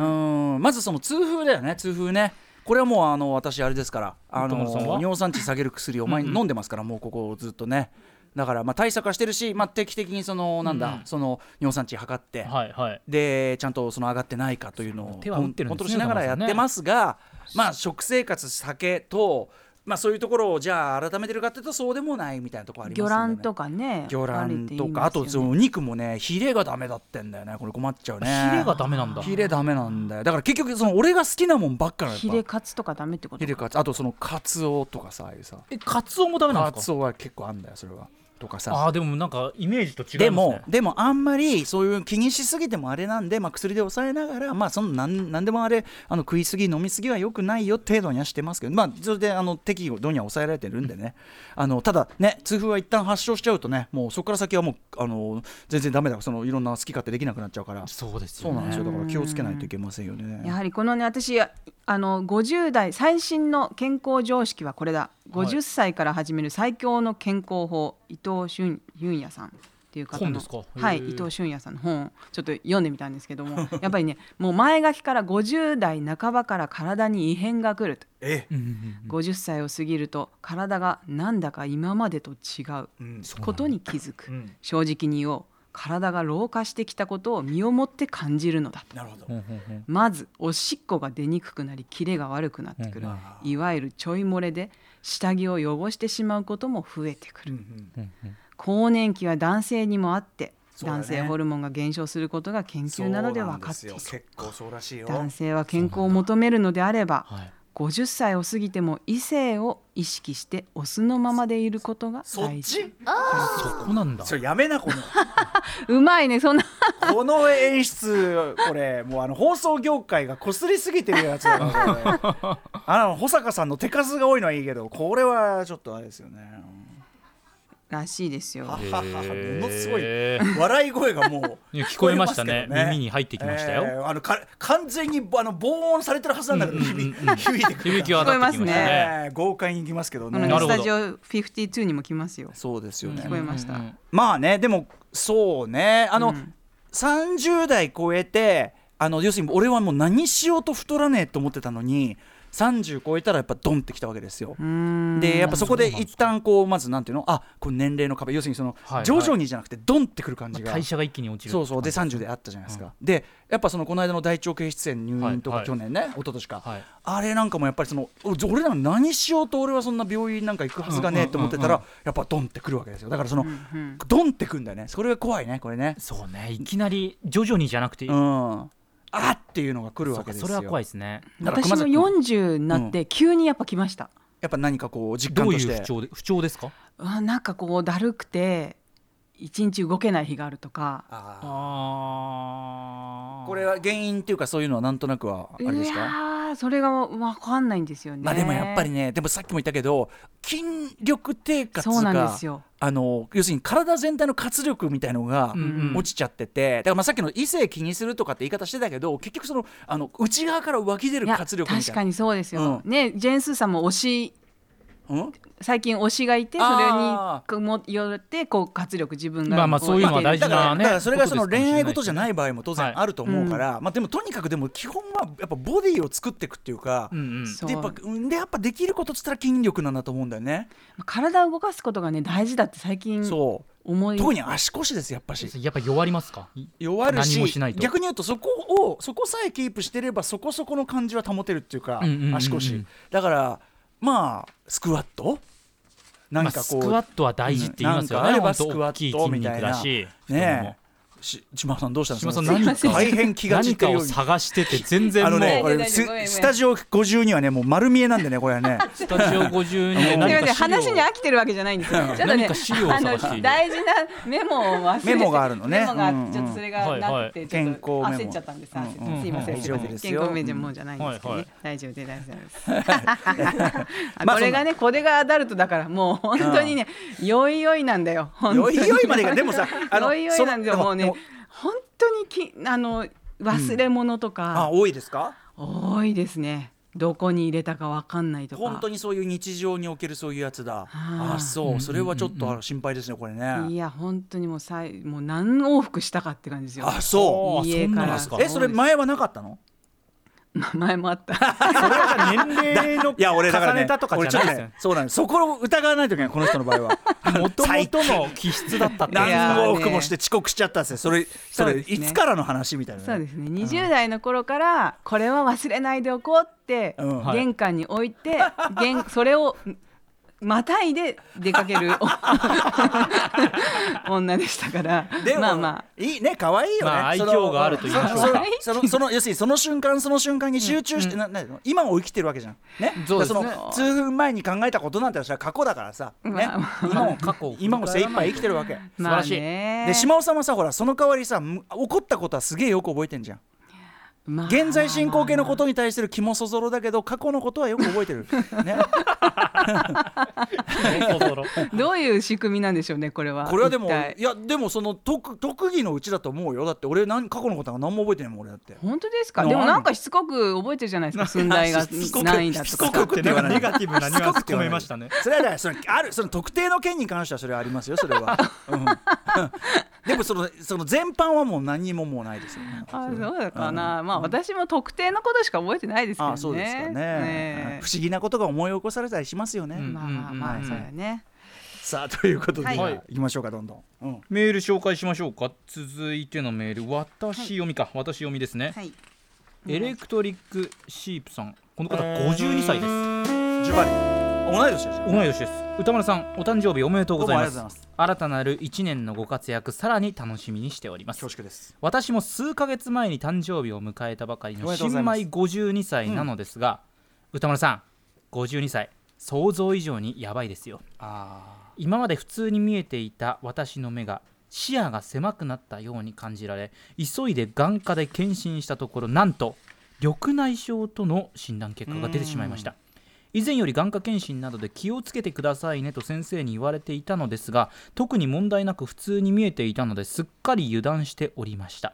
[SPEAKER 4] うんまずその痛風だよね痛風ねこれはもうあの私あれですからあ
[SPEAKER 6] 田
[SPEAKER 4] の
[SPEAKER 6] 村さんは
[SPEAKER 4] 尿酸値下げる薬お前飲んでますからもうここずっとねだからまあ対策はしてるし、まあ、定期的にそのなんだ、その尿酸値測って、
[SPEAKER 6] はいはい
[SPEAKER 4] でちゃんとその上がってないかというのを
[SPEAKER 6] 手は打ってるん
[SPEAKER 4] コ
[SPEAKER 6] ですね
[SPEAKER 4] ントロールしながらやってますが、まあ食生活酒とまあそういうところをじゃあ改めてるかっていうとそうでもないみたいなところあり
[SPEAKER 7] 魚
[SPEAKER 4] ますよね
[SPEAKER 7] 卵とかね。
[SPEAKER 4] 魚卵とかあ
[SPEAKER 7] 悪いって言いますよね
[SPEAKER 4] とそのお肉もねヒレがダメだってんだよねこれ困っちゃうね
[SPEAKER 6] ヒレがダメなんだ
[SPEAKER 4] ヒレダメなんだよだから結局その俺が好きなもんばっかなのやっぱ
[SPEAKER 7] ヒレカツとかダメってこと
[SPEAKER 4] ヒ。レカツあとそのカツオとかさああいうさ
[SPEAKER 6] えカツオもダメなん
[SPEAKER 4] カ
[SPEAKER 6] ですか
[SPEAKER 4] ツオは結構あんだよそれはとかさ
[SPEAKER 6] あーでもなんかイメージと違
[SPEAKER 4] で
[SPEAKER 6] いますね
[SPEAKER 4] もでもあんまりそういう気にしすぎてもあれなんで、まあ、薬で抑えながら、まあ、そのなんなんでもあれあの食いすぎ飲みすぎはよくないよ程度にはしてますけど、まあ、それであの適宜どうには抑えられてるんで ねあのただね痛風は一旦発症しちゃうとねもうそこから先はもうあの全然ダメだそのいろんな好き勝手できなくなっちゃうから
[SPEAKER 6] そうです
[SPEAKER 4] そう
[SPEAKER 6] よ
[SPEAKER 4] なんで
[SPEAKER 6] ね
[SPEAKER 4] すよだから気をつけないといけませんよ
[SPEAKER 7] や
[SPEAKER 4] ね。
[SPEAKER 7] はりこのね私あの50代最新の健康常識はこれだ50歳から始める最強の健康法伊藤俊俊也さんっていう方の
[SPEAKER 6] 本ですか
[SPEAKER 7] はい
[SPEAKER 6] へえ
[SPEAKER 7] 伊藤俊也さんの本ちょっと読んでみたんですけども やっぱりねもう前書きから50代半ばから体に異変が来ると
[SPEAKER 4] え
[SPEAKER 6] うんうん
[SPEAKER 7] 50歳を過ぎると体がなんだか今までと違う
[SPEAKER 4] うん
[SPEAKER 7] ことに気づく、
[SPEAKER 4] ん
[SPEAKER 7] 正直に言おう体が老化してきたことを身をもって感じるのだ
[SPEAKER 4] なるほど
[SPEAKER 6] うんうんうんうん
[SPEAKER 7] まずおしっこが出にくくなりキレが悪くなってくる、いわゆるちょい漏れで下着を汚してしまうことも増えてくる、
[SPEAKER 6] うんうん
[SPEAKER 7] 更年期は男性にもあって、
[SPEAKER 4] そうだね
[SPEAKER 7] 男性ホルモンが減少することが研究などで分かっている
[SPEAKER 4] 結構そうらしいよ
[SPEAKER 7] 男性は健康を求めるのであれば
[SPEAKER 6] はい
[SPEAKER 7] 50歳を過ぎても異性を意識してオスのままでいることが大事
[SPEAKER 6] そこなんだ
[SPEAKER 4] それやめなこの
[SPEAKER 7] うまいねそんな
[SPEAKER 4] この演出これもうあの放送業界がこすりすぎてるやつだなこれあの保坂さんの手数が多いのはいいけどこれはちょっとあれですよね
[SPEAKER 7] らしいですよ
[SPEAKER 4] はははものすごい
[SPEAKER 6] へ
[SPEAKER 4] 笑い声がもう
[SPEAKER 6] いや聞こえました
[SPEAKER 4] 聞こえ
[SPEAKER 6] ね
[SPEAKER 4] ますけど
[SPEAKER 6] 耳に入ってきましたよ
[SPEAKER 4] えーあのか完全にあの防音されてるはずなんだけど響響いてくる
[SPEAKER 6] 響き渡ってきました
[SPEAKER 7] 聞こえます
[SPEAKER 6] ね
[SPEAKER 4] えー豪快にいきますけど
[SPEAKER 7] こ
[SPEAKER 4] ね
[SPEAKER 7] のね
[SPEAKER 6] なるほど
[SPEAKER 7] スタジオ52にも来ますよ
[SPEAKER 4] そうですよね
[SPEAKER 7] 聞こえました、
[SPEAKER 6] うんうん
[SPEAKER 4] まあねでもそうねあの、
[SPEAKER 7] うん
[SPEAKER 4] 30代超えてあの要するに俺はもう何しようと太らねえと思ってたのに30超えたらやっぱドンってきたわけですよ。
[SPEAKER 7] うん
[SPEAKER 4] でやっぱそこで一旦こうまずなんていうのあこれ年齢の壁要するにその
[SPEAKER 6] はいはい
[SPEAKER 4] 徐々にじゃなくてドンってくる感
[SPEAKER 6] ま
[SPEAKER 4] じ
[SPEAKER 6] あ
[SPEAKER 4] が。
[SPEAKER 6] 代謝が一気に落ちる
[SPEAKER 4] そうそうで30であったじゃないですか、でやっぱそのこの間の大腸憩室炎入院とか、
[SPEAKER 6] はいはい
[SPEAKER 4] 去年ね一昨年か、
[SPEAKER 6] はい
[SPEAKER 4] あれなんかもやっぱりそのお俺ら何しようと俺はそんな病院なんか行くはずがねえと思ってたら、やっぱドンってくるわけですよだからその、
[SPEAKER 7] うん
[SPEAKER 4] ドンってくんだよねそれが怖いねこれね
[SPEAKER 6] そうねいきなり徐々にじゃなくていい、
[SPEAKER 4] うんあーっていうのが来る
[SPEAKER 6] そ
[SPEAKER 4] わ
[SPEAKER 6] う
[SPEAKER 4] け
[SPEAKER 6] か
[SPEAKER 4] です
[SPEAKER 6] そ
[SPEAKER 4] よ
[SPEAKER 6] れは怖
[SPEAKER 4] い
[SPEAKER 6] いですね
[SPEAKER 4] だから
[SPEAKER 7] 私
[SPEAKER 4] 熊
[SPEAKER 7] も
[SPEAKER 4] 崎
[SPEAKER 7] 40になって急にやっぱ来ました、
[SPEAKER 4] やっぱ何かこう実
[SPEAKER 6] ど
[SPEAKER 4] 感
[SPEAKER 6] う
[SPEAKER 4] と
[SPEAKER 6] い
[SPEAKER 4] し
[SPEAKER 6] う
[SPEAKER 4] て
[SPEAKER 6] 不調で不調ですか
[SPEAKER 7] あなんかこうだるくて一日動けない日があるとか
[SPEAKER 4] あ
[SPEAKER 6] あ
[SPEAKER 4] ーこれは原因っていうかそういうのはなんとなくはあれです
[SPEAKER 7] いや
[SPEAKER 4] か
[SPEAKER 7] ーそれがわかんないんですよね
[SPEAKER 4] まあでもやっぱりねでもさっきも言ったけど筋力低下と
[SPEAKER 7] そうなんで
[SPEAKER 4] か
[SPEAKER 7] すよ
[SPEAKER 4] あの要するに体全体の活力みたいのが
[SPEAKER 6] うんうん
[SPEAKER 4] 落ちちゃってて、だからまあさっきの異性気にするとかって言い方してたけど結局そのあの内側から湧き出る
[SPEAKER 7] いや
[SPEAKER 4] 活力みた
[SPEAKER 7] 確か
[SPEAKER 4] いな
[SPEAKER 7] にそうですよ、
[SPEAKER 4] う
[SPEAKER 7] ねジェーンスーさんも推し
[SPEAKER 4] うん
[SPEAKER 7] 最近推しがいてそれ
[SPEAKER 4] あー
[SPEAKER 7] にもよってこう活力自分が
[SPEAKER 6] まあまあ
[SPEAKER 7] こ
[SPEAKER 6] そういうのは
[SPEAKER 7] 得て
[SPEAKER 6] 大
[SPEAKER 7] る
[SPEAKER 6] 事
[SPEAKER 4] だから
[SPEAKER 6] なね
[SPEAKER 4] だからそれがその
[SPEAKER 6] ことですかもしれない
[SPEAKER 4] 恋愛ことじゃない場合も当
[SPEAKER 6] はい
[SPEAKER 4] 然あると思うから、まあでもとにかくでも基本はやっぱボディを作っていくっていうか、
[SPEAKER 6] うんうん
[SPEAKER 7] そう
[SPEAKER 4] でやっぱうんでやっぱできることっつったら筋力なんだと思うんだよね、
[SPEAKER 7] 体を動かすことがね大事だって最近
[SPEAKER 4] そ
[SPEAKER 7] 思
[SPEAKER 4] う
[SPEAKER 7] い
[SPEAKER 4] 特に足腰ですやっぱし
[SPEAKER 6] やっぱ弱りますか
[SPEAKER 4] 弱る
[SPEAKER 6] 何も
[SPEAKER 4] し
[SPEAKER 6] しないと
[SPEAKER 4] 逆に言うとそこをそこさえキープしてればそこそこの感じは保てるっていうか、
[SPEAKER 6] うんうんうんうん
[SPEAKER 4] 足腰だからまあスクワットなんかこう、
[SPEAKER 6] まあスクワットは大事って言いますよ
[SPEAKER 4] うんなんかあ
[SPEAKER 6] ね
[SPEAKER 4] れば
[SPEAKER 6] 本当
[SPEAKER 4] スクワ
[SPEAKER 6] 大きい
[SPEAKER 4] ッ
[SPEAKER 6] 筋
[SPEAKER 4] トみ
[SPEAKER 6] 肉
[SPEAKER 4] たいな
[SPEAKER 6] だし
[SPEAKER 4] ねえし島田さんどうしたんです
[SPEAKER 6] 島
[SPEAKER 4] か
[SPEAKER 6] 田さん何か
[SPEAKER 4] 大変気が散っ
[SPEAKER 6] 何
[SPEAKER 4] て
[SPEAKER 6] か
[SPEAKER 4] るよ
[SPEAKER 6] を
[SPEAKER 4] うに
[SPEAKER 6] 探してて全然
[SPEAKER 4] あ
[SPEAKER 6] も
[SPEAKER 4] の
[SPEAKER 6] う
[SPEAKER 4] ね、これ
[SPEAKER 7] 大丈夫大丈夫ごめんごめ
[SPEAKER 4] ス
[SPEAKER 7] ん
[SPEAKER 4] スタジオ52はね、もう丸見えなんでね、これは ね。
[SPEAKER 6] スタジオ52で
[SPEAKER 7] でも
[SPEAKER 6] 何
[SPEAKER 7] ね
[SPEAKER 6] か
[SPEAKER 7] 話
[SPEAKER 6] 資
[SPEAKER 7] に
[SPEAKER 6] 料
[SPEAKER 7] 飽きてるわけじゃないんで すよ。ちょっと
[SPEAKER 6] 何
[SPEAKER 7] ね
[SPEAKER 6] か資料を
[SPEAKER 7] あ
[SPEAKER 6] 探してい
[SPEAKER 7] の
[SPEAKER 6] る
[SPEAKER 7] 大事なメモを忘れて
[SPEAKER 4] メモがあるのね
[SPEAKER 7] メモが
[SPEAKER 4] うんうん
[SPEAKER 7] ちょっとそれがなくて、ちょっ
[SPEAKER 4] 健康
[SPEAKER 7] と
[SPEAKER 4] メモ
[SPEAKER 7] 焦っちゃったんです。焦っちゃった
[SPEAKER 4] うん
[SPEAKER 6] うん
[SPEAKER 7] すいません。
[SPEAKER 6] 大
[SPEAKER 7] すい
[SPEAKER 6] 丈
[SPEAKER 7] ま
[SPEAKER 6] 夫
[SPEAKER 7] せん
[SPEAKER 4] です
[SPEAKER 7] 健
[SPEAKER 4] よ
[SPEAKER 7] 康メモじゃないんですけど
[SPEAKER 6] うんは
[SPEAKER 7] ね
[SPEAKER 6] いは。
[SPEAKER 7] 大丈夫で大丈夫です。 あ
[SPEAKER 4] まあ
[SPEAKER 7] これがねこれがアダルトだからもう本当にねよいよいなんだよ。本当
[SPEAKER 4] よ
[SPEAKER 7] に
[SPEAKER 4] いよいまでが、でもさ、
[SPEAKER 7] よいよいなんだよ
[SPEAKER 4] その
[SPEAKER 7] もう
[SPEAKER 4] で
[SPEAKER 7] ね本当にきあの忘れ物と
[SPEAKER 4] あ、
[SPEAKER 7] か
[SPEAKER 4] 多いですか。
[SPEAKER 7] 多いですね。どこに入れたかわかんないとか。
[SPEAKER 4] 本当にそういう日常におけるそういうやつだ。あー、そう、それはちょっとあの心配ですね、これ
[SPEAKER 7] い
[SPEAKER 4] ね。
[SPEAKER 7] や本当にもうさいもう何往復したかって感じですよ。
[SPEAKER 4] あ、そ
[SPEAKER 6] あ
[SPEAKER 7] 家
[SPEAKER 6] そん
[SPEAKER 7] か
[SPEAKER 6] なん
[SPEAKER 7] ら
[SPEAKER 6] ですか
[SPEAKER 4] う。え、それ前はなかったの。
[SPEAKER 7] ま 前もあった。
[SPEAKER 6] 年齢の
[SPEAKER 4] いや、俺だから
[SPEAKER 6] 重
[SPEAKER 4] ね
[SPEAKER 6] ねたと、か
[SPEAKER 4] 俺
[SPEAKER 6] じ
[SPEAKER 4] ち
[SPEAKER 6] ゃ
[SPEAKER 4] ょっ
[SPEAKER 6] な
[SPEAKER 4] と
[SPEAKER 6] いですよ
[SPEAKER 4] ね、そうなんです。そこを疑わないといけない、この人の場合は。
[SPEAKER 6] もともとの気質だったって
[SPEAKER 7] いや
[SPEAKER 4] 何
[SPEAKER 7] ーね
[SPEAKER 4] 往復もして遅刻しちゃったんですよ。それ、そ
[SPEAKER 7] そう
[SPEAKER 4] れ、
[SPEAKER 7] ですね
[SPEAKER 4] いつからの話みたいなね。
[SPEAKER 7] そうですね。20代の頃からこれは忘れないでおこうって
[SPEAKER 4] うん
[SPEAKER 6] はい
[SPEAKER 7] 玄関に置いて、玄それをまたいで出かける。 女でしたから
[SPEAKER 4] でも、
[SPEAKER 7] まあま
[SPEAKER 4] いいね可愛いよね、
[SPEAKER 6] まあ愛嬌
[SPEAKER 4] その
[SPEAKER 6] があると言いましょう
[SPEAKER 4] そのそのそのその要するにその瞬間その瞬間に集中して、なな今を生きてるわけじゃんね
[SPEAKER 6] そうですね
[SPEAKER 4] だからの数分前に考えたことなんてそれは過去だからさ、ね
[SPEAKER 7] まあま
[SPEAKER 4] 今を
[SPEAKER 6] 過去を振り
[SPEAKER 4] 今
[SPEAKER 6] 返らないと
[SPEAKER 4] を精一杯生きてるわけ
[SPEAKER 7] あまあ
[SPEAKER 6] 素晴らしい
[SPEAKER 7] ね
[SPEAKER 4] で島尾さんはさほらその代わりさむ怒ったことはすげえよく覚えてんじゃん
[SPEAKER 7] まあ
[SPEAKER 4] 現在進行形のことに対する気もそぞろだけど過去のことはよく覚えてる、ね、
[SPEAKER 6] そろそろ
[SPEAKER 7] どういう仕組みなんでしょうねこれは
[SPEAKER 4] これはでも
[SPEAKER 7] 一体
[SPEAKER 4] いやでもその特特技のうちだと思うよだって俺なん過去のことは何も覚えてないもん俺だって
[SPEAKER 7] 本当ですか
[SPEAKER 4] なん
[SPEAKER 7] でもなんかしつこく覚えてるじゃな いですか寸大が何位だと
[SPEAKER 4] しつこ
[SPEAKER 7] か
[SPEAKER 4] くって言わない
[SPEAKER 6] ネガティブなニュア
[SPEAKER 4] しつこ
[SPEAKER 6] ンス
[SPEAKER 4] くって言わ
[SPEAKER 6] 込
[SPEAKER 4] ない
[SPEAKER 6] めましたね
[SPEAKER 4] それはだからそのあるその特定の件に関してはそれはありますよそれ は、うん、 でもそのその全般はもう何にももうないですよね
[SPEAKER 7] あそうだかな、まあ私も特定のことしか覚えてないですけどね
[SPEAKER 4] あそうですかね
[SPEAKER 7] ねえ
[SPEAKER 4] 不思議なことが思い起こされたりしますよね、
[SPEAKER 6] うん
[SPEAKER 7] まあまあまあ、
[SPEAKER 6] うん
[SPEAKER 7] そうだね
[SPEAKER 4] さあということで、
[SPEAKER 7] はい
[SPEAKER 4] はい、いきましょうかどんどん、うん、
[SPEAKER 6] メール紹介しましょうか続いてのメール私読みか、私読みですね、
[SPEAKER 7] はい
[SPEAKER 6] エレクトリックシープさんこの方52歳です
[SPEAKER 4] ジュバリ同い年でしょ
[SPEAKER 6] 同い年です歌丸さんお誕生日おめでとうございます
[SPEAKER 4] どうもありがとうござい
[SPEAKER 6] 新たなる1年のご活躍さらに楽しみにしております
[SPEAKER 4] 恐縮です
[SPEAKER 6] 私も数ヶ月前に誕生日を迎えたばかり
[SPEAKER 4] おめ
[SPEAKER 6] の
[SPEAKER 4] でとう
[SPEAKER 6] 新
[SPEAKER 4] ございます
[SPEAKER 6] 米52歳なのですが、歌丸さん52歳想像以上にやばいですよ
[SPEAKER 4] あ
[SPEAKER 6] 今まで普通に見えていた私の目が視野が狭くなったように感じられ急いで眼科で検診したところなんと緑内障との診断結果が出てしまいました以前より眼科検診などで気をつけてくださいねと先生に言われていたのですが特に問題なく普通に見えていたのですっかり油断しておりました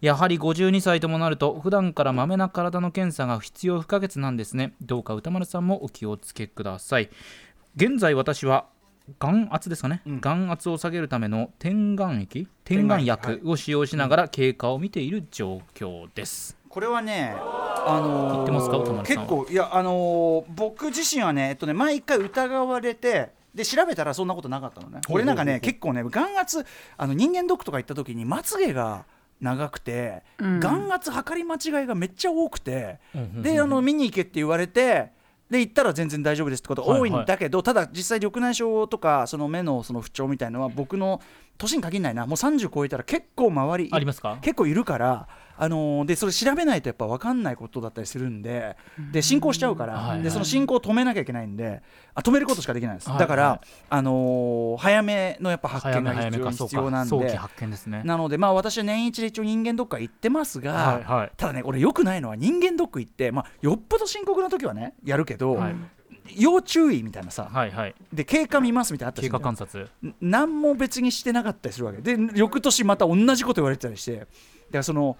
[SPEAKER 6] やはり52歳ともなると普段からまめな体の検査が必要不可欠なんですねどうか歌丸さんもお気をつけください現在私は眼圧ですかね、
[SPEAKER 4] うん
[SPEAKER 6] 眼圧を下げるための点眼液点眼
[SPEAKER 4] 点眼
[SPEAKER 6] 薬
[SPEAKER 4] 液
[SPEAKER 6] を使用しながら経過を見ている状況です、
[SPEAKER 4] これはねあのー
[SPEAKER 6] 言ってますか歌丸さんは
[SPEAKER 4] 結構いやあのー僕自身はねえっとね毎回疑われてで調べたらそんなことなかったのね
[SPEAKER 6] うほうほう
[SPEAKER 4] 俺なんかね結構ね眼圧あの人間ドックとか行った時にまつげが長くて、
[SPEAKER 7] うん
[SPEAKER 4] 眼圧測り間違いがめっちゃ多くて、
[SPEAKER 6] うんうんうん
[SPEAKER 4] であの見に行けって言われてで行ったら全然大丈夫ですってことが多いんだけど、ただ実際緑内障とかその目のその不調みたいのは僕の年に限らないなもう30超えたら結構周り
[SPEAKER 6] ありますか
[SPEAKER 4] 結構いるから、あのーでそれ調べないとやっぱ分かんないことだったりするんでで進行しちゃうから、
[SPEAKER 6] はいはい
[SPEAKER 4] でその進行を止めなきゃいけないんであ止めることしかできないです、
[SPEAKER 6] はい
[SPEAKER 4] だから、
[SPEAKER 6] はい
[SPEAKER 4] あのー早めのやっぱ発
[SPEAKER 6] 早
[SPEAKER 4] 見
[SPEAKER 6] め
[SPEAKER 4] が
[SPEAKER 6] 早
[SPEAKER 4] 必
[SPEAKER 6] め
[SPEAKER 4] 要
[SPEAKER 6] かそう
[SPEAKER 4] 必要
[SPEAKER 6] か
[SPEAKER 4] なん
[SPEAKER 6] 早期
[SPEAKER 4] で。
[SPEAKER 6] 発見ですね
[SPEAKER 4] なのでまあ私は年一で一応人間ドックは行ってますが、
[SPEAKER 6] はいはい
[SPEAKER 4] ただね俺よくないのは人間ドック行って、まあ、よっぽど深刻な時はねやるけど、
[SPEAKER 6] はい
[SPEAKER 4] 要注意みたいなさ、
[SPEAKER 6] はいはい
[SPEAKER 4] で経過見ますみたいなのあったりす
[SPEAKER 6] 経
[SPEAKER 4] る
[SPEAKER 6] 過観察
[SPEAKER 4] ん何も別にしてなかったりするわけで翌年また同じこと言われてたりしてだからその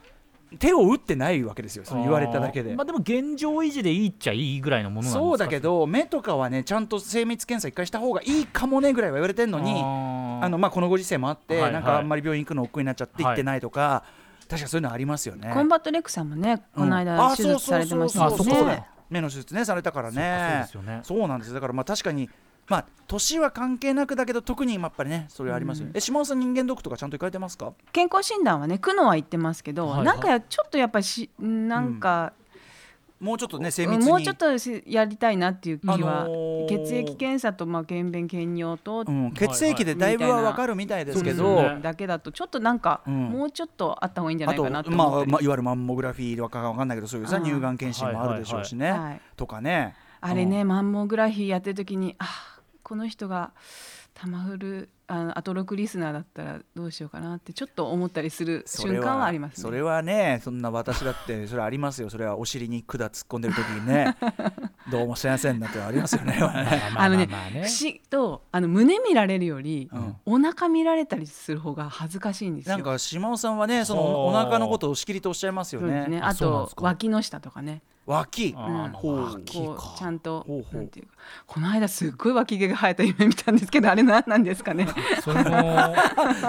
[SPEAKER 4] 手を打ってないわけですよその言われただけ
[SPEAKER 6] あ
[SPEAKER 4] で
[SPEAKER 6] ーまあでも現状維持でいいっちゃいいぐらいのものなんですか
[SPEAKER 4] そうだけど目とかはねちゃんと精密検査一回した方がいいかもねぐらいは言われてんのに
[SPEAKER 6] あ
[SPEAKER 4] あのまあこのご時世もあって、
[SPEAKER 6] はいはい
[SPEAKER 4] なんかあんまり病院行くの億劫になっちゃって行ってないとか、確かそういうのありますよね
[SPEAKER 7] コンバットレックさんもねこの
[SPEAKER 4] うんあ
[SPEAKER 7] 間手術されてました
[SPEAKER 4] そうそ
[SPEAKER 7] もん
[SPEAKER 4] うそうそう
[SPEAKER 7] ね
[SPEAKER 4] 目の手術ねされたからね
[SPEAKER 6] そうかそうですよね
[SPEAKER 4] そうなんですよだからまあ確かにまあ年は関係なくだけど特にやっぱりねそれありますよね、え島尾さん人間ドックとかちゃんと行かれてますか
[SPEAKER 7] 健康診断はね苦悩は言ってますけど、
[SPEAKER 6] はいはい
[SPEAKER 7] なんかちょっとやっぱりしなんか、
[SPEAKER 4] もうちょっとね精密に
[SPEAKER 7] もうちょっとしやりたいなっていう気は、
[SPEAKER 4] あのー
[SPEAKER 7] 血液検査とまあ検便検尿と、
[SPEAKER 4] うん、血液でだいぶは分かるみたいですけど、
[SPEAKER 6] はいはい
[SPEAKER 7] だけだとちょっとなんか、
[SPEAKER 4] うん
[SPEAKER 7] もうちょっとあった方がいいんじゃ
[SPEAKER 4] あ
[SPEAKER 7] ない
[SPEAKER 4] と、
[SPEAKER 7] かなと
[SPEAKER 4] ま
[SPEAKER 7] 思った
[SPEAKER 4] あ
[SPEAKER 7] り
[SPEAKER 4] まあ、いわゆるマンモグラフィーとかわかんないけどそういうさ
[SPEAKER 7] うん
[SPEAKER 4] 乳がん検診もあるでしょうしね、
[SPEAKER 7] はいはいはい
[SPEAKER 4] とかね
[SPEAKER 7] あれねマンモグラフィーやってる時にあこの人がタマフルあのアトロクリスナーだったらどうしようかなってちょっと思ったりする
[SPEAKER 4] それ
[SPEAKER 7] 瞬間はあります
[SPEAKER 4] そ
[SPEAKER 7] ね
[SPEAKER 4] れ。はねそんな私だってそれありますよそれはお尻に管突っ込んでる時に ねどうもすいませんなんてありますよね
[SPEAKER 6] ま
[SPEAKER 7] あ
[SPEAKER 6] あ
[SPEAKER 7] の
[SPEAKER 6] まあ
[SPEAKER 7] ね
[SPEAKER 6] まあ
[SPEAKER 7] 不思議とあの胸見られるより、お腹見られたりする方が恥ずかしいんですよ。
[SPEAKER 4] なんか島尾さんはねその
[SPEAKER 6] ほ
[SPEAKER 4] お
[SPEAKER 6] う
[SPEAKER 4] 腹のことをしきりとおっしゃいますよ
[SPEAKER 7] そうです
[SPEAKER 4] ね
[SPEAKER 7] ね。
[SPEAKER 6] あ
[SPEAKER 7] あ
[SPEAKER 6] そうなんで
[SPEAKER 7] と
[SPEAKER 6] すか
[SPEAKER 7] 脇の下とかね。
[SPEAKER 4] 脇
[SPEAKER 6] あ
[SPEAKER 7] うん
[SPEAKER 6] ーまあ
[SPEAKER 4] ほう
[SPEAKER 7] こうちゃんと
[SPEAKER 4] ほうほう
[SPEAKER 7] なんていうかこの間すっごい脇毛が生えた夢見たんですけどあれ何なんです かね。
[SPEAKER 6] それも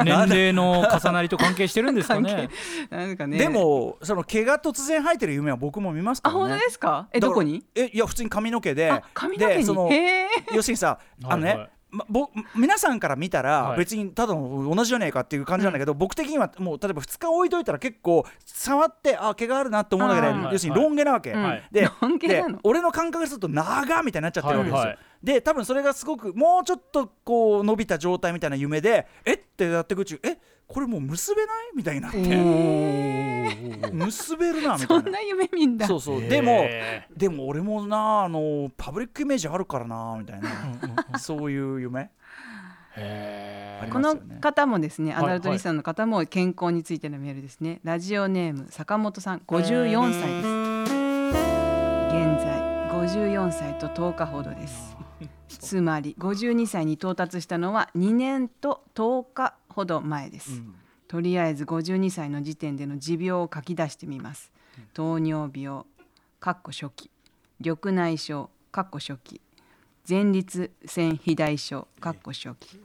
[SPEAKER 6] 年齢の重なりと関係してるんですかね
[SPEAKER 7] なんかね。
[SPEAKER 4] でもその毛が突然生えてる夢は僕も見ますか
[SPEAKER 7] あ
[SPEAKER 4] らね
[SPEAKER 7] 本当ですか。え
[SPEAKER 4] だ
[SPEAKER 7] ど
[SPEAKER 4] から
[SPEAKER 7] こに？
[SPEAKER 4] えいや普通に髪の毛で
[SPEAKER 7] あ髪の毛
[SPEAKER 4] で
[SPEAKER 7] に
[SPEAKER 4] その
[SPEAKER 7] へえ
[SPEAKER 4] 要するにさ、あのね、
[SPEAKER 6] はいはい
[SPEAKER 4] ま、ぼ皆さんから見たら
[SPEAKER 6] はい
[SPEAKER 4] 別にただの同じじゃねえかっていう感じなんだけど、僕的にはもう例えば2日置いといたら結構触ってあ毛があるなって思うんだけ
[SPEAKER 7] うん
[SPEAKER 4] ど、要するにロン毛なわけ、
[SPEAKER 7] うん
[SPEAKER 6] はい
[SPEAKER 4] で
[SPEAKER 7] ロン毛なの
[SPEAKER 4] で俺の感覚すると長みたいになっちゃってるわけですよ、
[SPEAKER 6] はいはい
[SPEAKER 4] で多分それがすごくもうちょっとこう伸びた状態みたいな夢でえってやってくうちえこれもう結べないみたいになって、結べるなみた
[SPEAKER 7] そ
[SPEAKER 4] い
[SPEAKER 7] ん
[SPEAKER 4] な
[SPEAKER 7] な夢見んだ
[SPEAKER 4] そうそう
[SPEAKER 6] へー
[SPEAKER 4] でもでも俺もなあのパブリックイメージあるからなみたいなそういう夢あり
[SPEAKER 7] こ
[SPEAKER 4] ますよ
[SPEAKER 7] の
[SPEAKER 4] ね
[SPEAKER 7] 方もですね、
[SPEAKER 6] はい
[SPEAKER 7] アダルトリスナーの方も健康についてのメールですね。ラジオネーム坂本さん、54歳です。現在54歳と10日ほど です。つまり52歳に到達したのは2年と10日ほど前です。とりあえず52歳の時点での持病を書き出してみます。糖尿病、かっこ初期、緑内障、かっこ初期、前立腺肥大症、かっこ初期。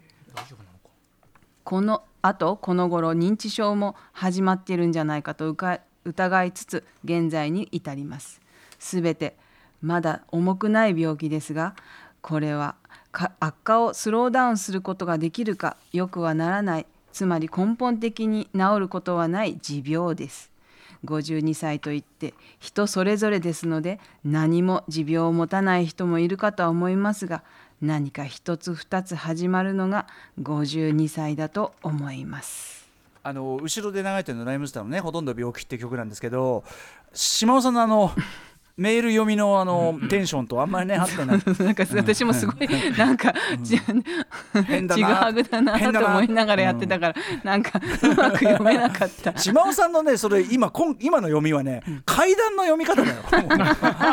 [SPEAKER 7] このあとこの頃認知症も始まっているんじゃないかとうか疑いつつ現在に至ります。すべてまだ重くない病気ですがこれはか悪化をスローダウンすることができるかよくはならないつまり根本的に治ることはない持病です。52歳といって人それぞれですので何も持病を持たない人もいるかとは思いますが何か一つ二つ始まるのが52歳だと思い ます。
[SPEAKER 4] あの後ろで流れてるのライムスターのね「ほとんど病気」って曲なんですけど島尾さんのあのメール読みのあのテンションとあんまりね合ってない
[SPEAKER 7] なんか私もすごいなん かじゃ
[SPEAKER 4] 変だな
[SPEAKER 7] ちぐはぐだな
[SPEAKER 4] 変だ
[SPEAKER 7] と
[SPEAKER 4] な
[SPEAKER 7] 思いながらやってたからなんかうまく読めなかった。
[SPEAKER 4] 島尾さんのねそれ今こん今の読みはね階段の読み方だよ雰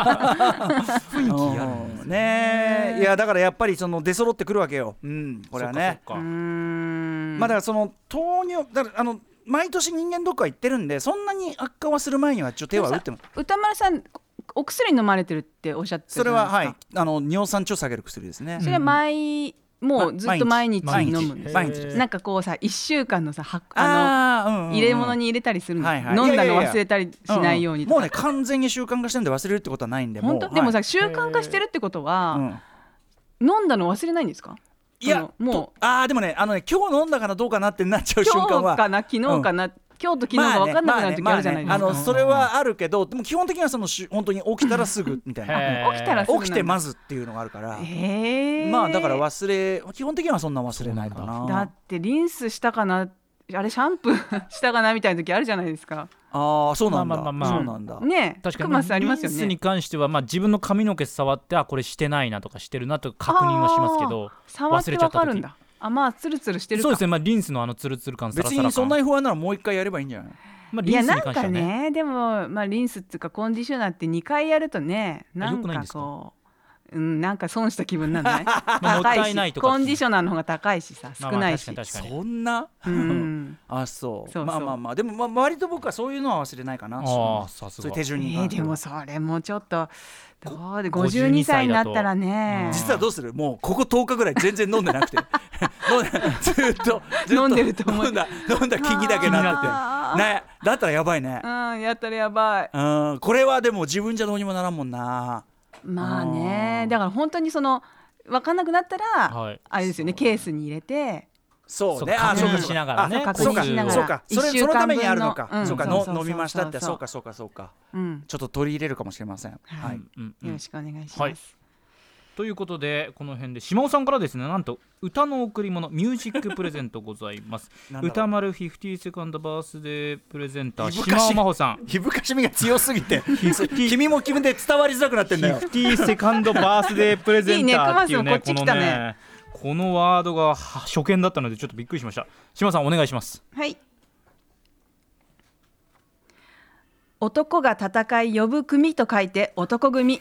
[SPEAKER 4] 囲気あるねえいやだからやっぱりその出揃ってくるわけよ、 うん、これはね
[SPEAKER 6] そっかそっか
[SPEAKER 4] まあだからその糖尿だからあの毎年人間ドックは行ってるんでそんなに悪化はする前には一応手は打っても
[SPEAKER 7] 歌丸さんお薬飲まれてるっておっしゃってたじ
[SPEAKER 4] そ
[SPEAKER 7] ゃ
[SPEAKER 4] れ
[SPEAKER 7] ない
[SPEAKER 4] は
[SPEAKER 7] ですか
[SPEAKER 4] はいあの尿酸値を下げる薬ですね
[SPEAKER 7] それは毎、もうずっと毎日
[SPEAKER 4] 毎
[SPEAKER 7] 飲
[SPEAKER 4] 日
[SPEAKER 7] むんです
[SPEAKER 4] 毎日
[SPEAKER 7] なんかこうさ1週間のさはあ
[SPEAKER 4] あーうんうん
[SPEAKER 7] の
[SPEAKER 4] うん
[SPEAKER 7] 入れ物に入れたりするの、
[SPEAKER 4] はいはい
[SPEAKER 7] 飲んだ
[SPEAKER 4] いやい
[SPEAKER 7] の
[SPEAKER 4] やいや
[SPEAKER 7] 忘れたりしないように
[SPEAKER 4] んんもうね完全に習慣化してるんで忘れるってことはないんで
[SPEAKER 7] 本
[SPEAKER 4] も
[SPEAKER 7] 当
[SPEAKER 4] う
[SPEAKER 7] でもさ、
[SPEAKER 4] はい
[SPEAKER 7] 習慣化してるってことは、
[SPEAKER 4] うん
[SPEAKER 7] 飲んだの忘れないんですか
[SPEAKER 4] いや
[SPEAKER 7] あのも
[SPEAKER 4] とあーでもねあのね今日飲んだからどうかなってなっちゃ
[SPEAKER 7] う
[SPEAKER 4] う瞬
[SPEAKER 7] 今
[SPEAKER 4] 間は
[SPEAKER 7] 日かな昨日かな、今日と昨日が分かんなくなる時あるじゃないですか、
[SPEAKER 4] まあねまあねあのそれはあるけどでも基本的にはそのし本当に起きたらすぐみたいな
[SPEAKER 6] へ
[SPEAKER 7] 起きたらす ぐ
[SPEAKER 4] 起きてますずっていうのがあるから、
[SPEAKER 7] えー、
[SPEAKER 4] まあだから忘れ基本的にはそんな忘れないかな
[SPEAKER 7] だってリンスしたかなあれシャンプー したかなみたいな時あるじゃないですか
[SPEAKER 4] ああそうなんだ、
[SPEAKER 6] まあまあまあまあ
[SPEAKER 4] そうなんだ、
[SPEAKER 7] ねえ
[SPEAKER 6] 確かに
[SPEAKER 7] クマさんありますよ
[SPEAKER 6] リンス
[SPEAKER 7] ね
[SPEAKER 6] に関しては、まあ、自分の髪の毛触ってあこれしてないなとかしてるなとか確認はしますけど
[SPEAKER 7] あー触っ
[SPEAKER 6] 忘
[SPEAKER 7] て
[SPEAKER 6] れちゃ
[SPEAKER 7] わ
[SPEAKER 6] った時
[SPEAKER 7] かるんだあまあツルツルしてるか
[SPEAKER 6] そうですね、まあ、リンスのあのツルツル感サラ
[SPEAKER 4] 別
[SPEAKER 6] サラ感
[SPEAKER 4] にそんなに不安ならもう一回やればいいんじゃない
[SPEAKER 6] まあ、
[SPEAKER 7] い
[SPEAKER 6] リン
[SPEAKER 7] や
[SPEAKER 6] スに
[SPEAKER 7] なん
[SPEAKER 6] 関して
[SPEAKER 7] か
[SPEAKER 6] はね
[SPEAKER 7] ねでもまあリンスっていうかコンディショナーって2回やるとねなん
[SPEAKER 6] 良くないん
[SPEAKER 7] か
[SPEAKER 6] です
[SPEAKER 7] こううんなんか損した気分なんない
[SPEAKER 6] まあもっ
[SPEAKER 7] 高
[SPEAKER 6] たいない
[SPEAKER 7] し
[SPEAKER 6] とか
[SPEAKER 7] コンディショナーの方が高いしさ
[SPEAKER 6] ま
[SPEAKER 7] 少
[SPEAKER 6] あまあ
[SPEAKER 7] ないし
[SPEAKER 6] 確かに確かに
[SPEAKER 4] そんな
[SPEAKER 7] うん
[SPEAKER 4] あそう
[SPEAKER 7] そうそう
[SPEAKER 4] まあまあまあでも、まあ、割と僕はそういうのは忘れないかな
[SPEAKER 6] ああさす
[SPEAKER 4] そういう
[SPEAKER 6] が
[SPEAKER 4] 手順に
[SPEAKER 7] え
[SPEAKER 4] 関
[SPEAKER 7] ー
[SPEAKER 4] して
[SPEAKER 7] で
[SPEAKER 4] は、
[SPEAKER 7] もそれもちょっとどうで
[SPEAKER 6] ご
[SPEAKER 7] 52歳になった
[SPEAKER 6] 52歳だ
[SPEAKER 7] らね
[SPEAKER 6] と
[SPEAKER 4] 実はどうするもうここ10日ぐらい全然飲んでなく て飲んでずっとずっ
[SPEAKER 7] 飲んでると思う
[SPEAKER 4] 飲んだ飲んだ気にだけなっ
[SPEAKER 7] あ
[SPEAKER 4] て
[SPEAKER 7] ー
[SPEAKER 4] ねだったらやばいね
[SPEAKER 7] うんやったらやばい
[SPEAKER 4] うんこれはでも自分じゃどうにもならんもんな
[SPEAKER 7] まあ
[SPEAKER 4] あ
[SPEAKER 7] ね
[SPEAKER 4] ー
[SPEAKER 7] だから本当にその分かんなくなった
[SPEAKER 6] は
[SPEAKER 7] ら
[SPEAKER 6] い
[SPEAKER 7] あれですよねケースに入れて
[SPEAKER 4] そうね
[SPEAKER 6] そう
[SPEAKER 4] あそうか
[SPEAKER 6] 確認しながらね
[SPEAKER 4] あ
[SPEAKER 7] 確
[SPEAKER 4] そうか
[SPEAKER 7] 認
[SPEAKER 4] そ
[SPEAKER 7] し
[SPEAKER 4] うか
[SPEAKER 7] ながら
[SPEAKER 4] そうかそれ
[SPEAKER 7] 一週間
[SPEAKER 4] そのためにやるのか
[SPEAKER 7] 分のうん
[SPEAKER 4] そうか
[SPEAKER 7] そう
[SPEAKER 4] の
[SPEAKER 7] そうそうそう
[SPEAKER 4] 飲みましたってそうかそうかそうか
[SPEAKER 7] うん
[SPEAKER 4] ちょっと取り入れるかもしれません
[SPEAKER 7] は
[SPEAKER 4] はいい
[SPEAKER 6] うんう
[SPEAKER 7] よろ
[SPEAKER 6] ん
[SPEAKER 7] しくお願いし
[SPEAKER 6] は
[SPEAKER 7] ま
[SPEAKER 6] い
[SPEAKER 7] す
[SPEAKER 6] ということでこの辺で島尾さんからですねなんと歌の贈り物ミュージックプレゼントございます
[SPEAKER 4] なんだろう
[SPEAKER 6] 歌丸50セカンドバースデープレゼンター
[SPEAKER 4] いぶ
[SPEAKER 6] 島
[SPEAKER 4] かし
[SPEAKER 6] 尾真帆さん
[SPEAKER 4] ひぶかしみが強すぎて君も君で伝わりづ らくなってんだよ
[SPEAKER 6] 50セカンドバースデープレゼンターっていう ね
[SPEAKER 7] いいね熊さんこっち来た
[SPEAKER 6] こ
[SPEAKER 7] ね
[SPEAKER 6] のねこのワードがは初見だったのでちょっとびっくりしました島尾さんお願いします
[SPEAKER 7] はい。男が戦い呼ぶ組と書いて男組。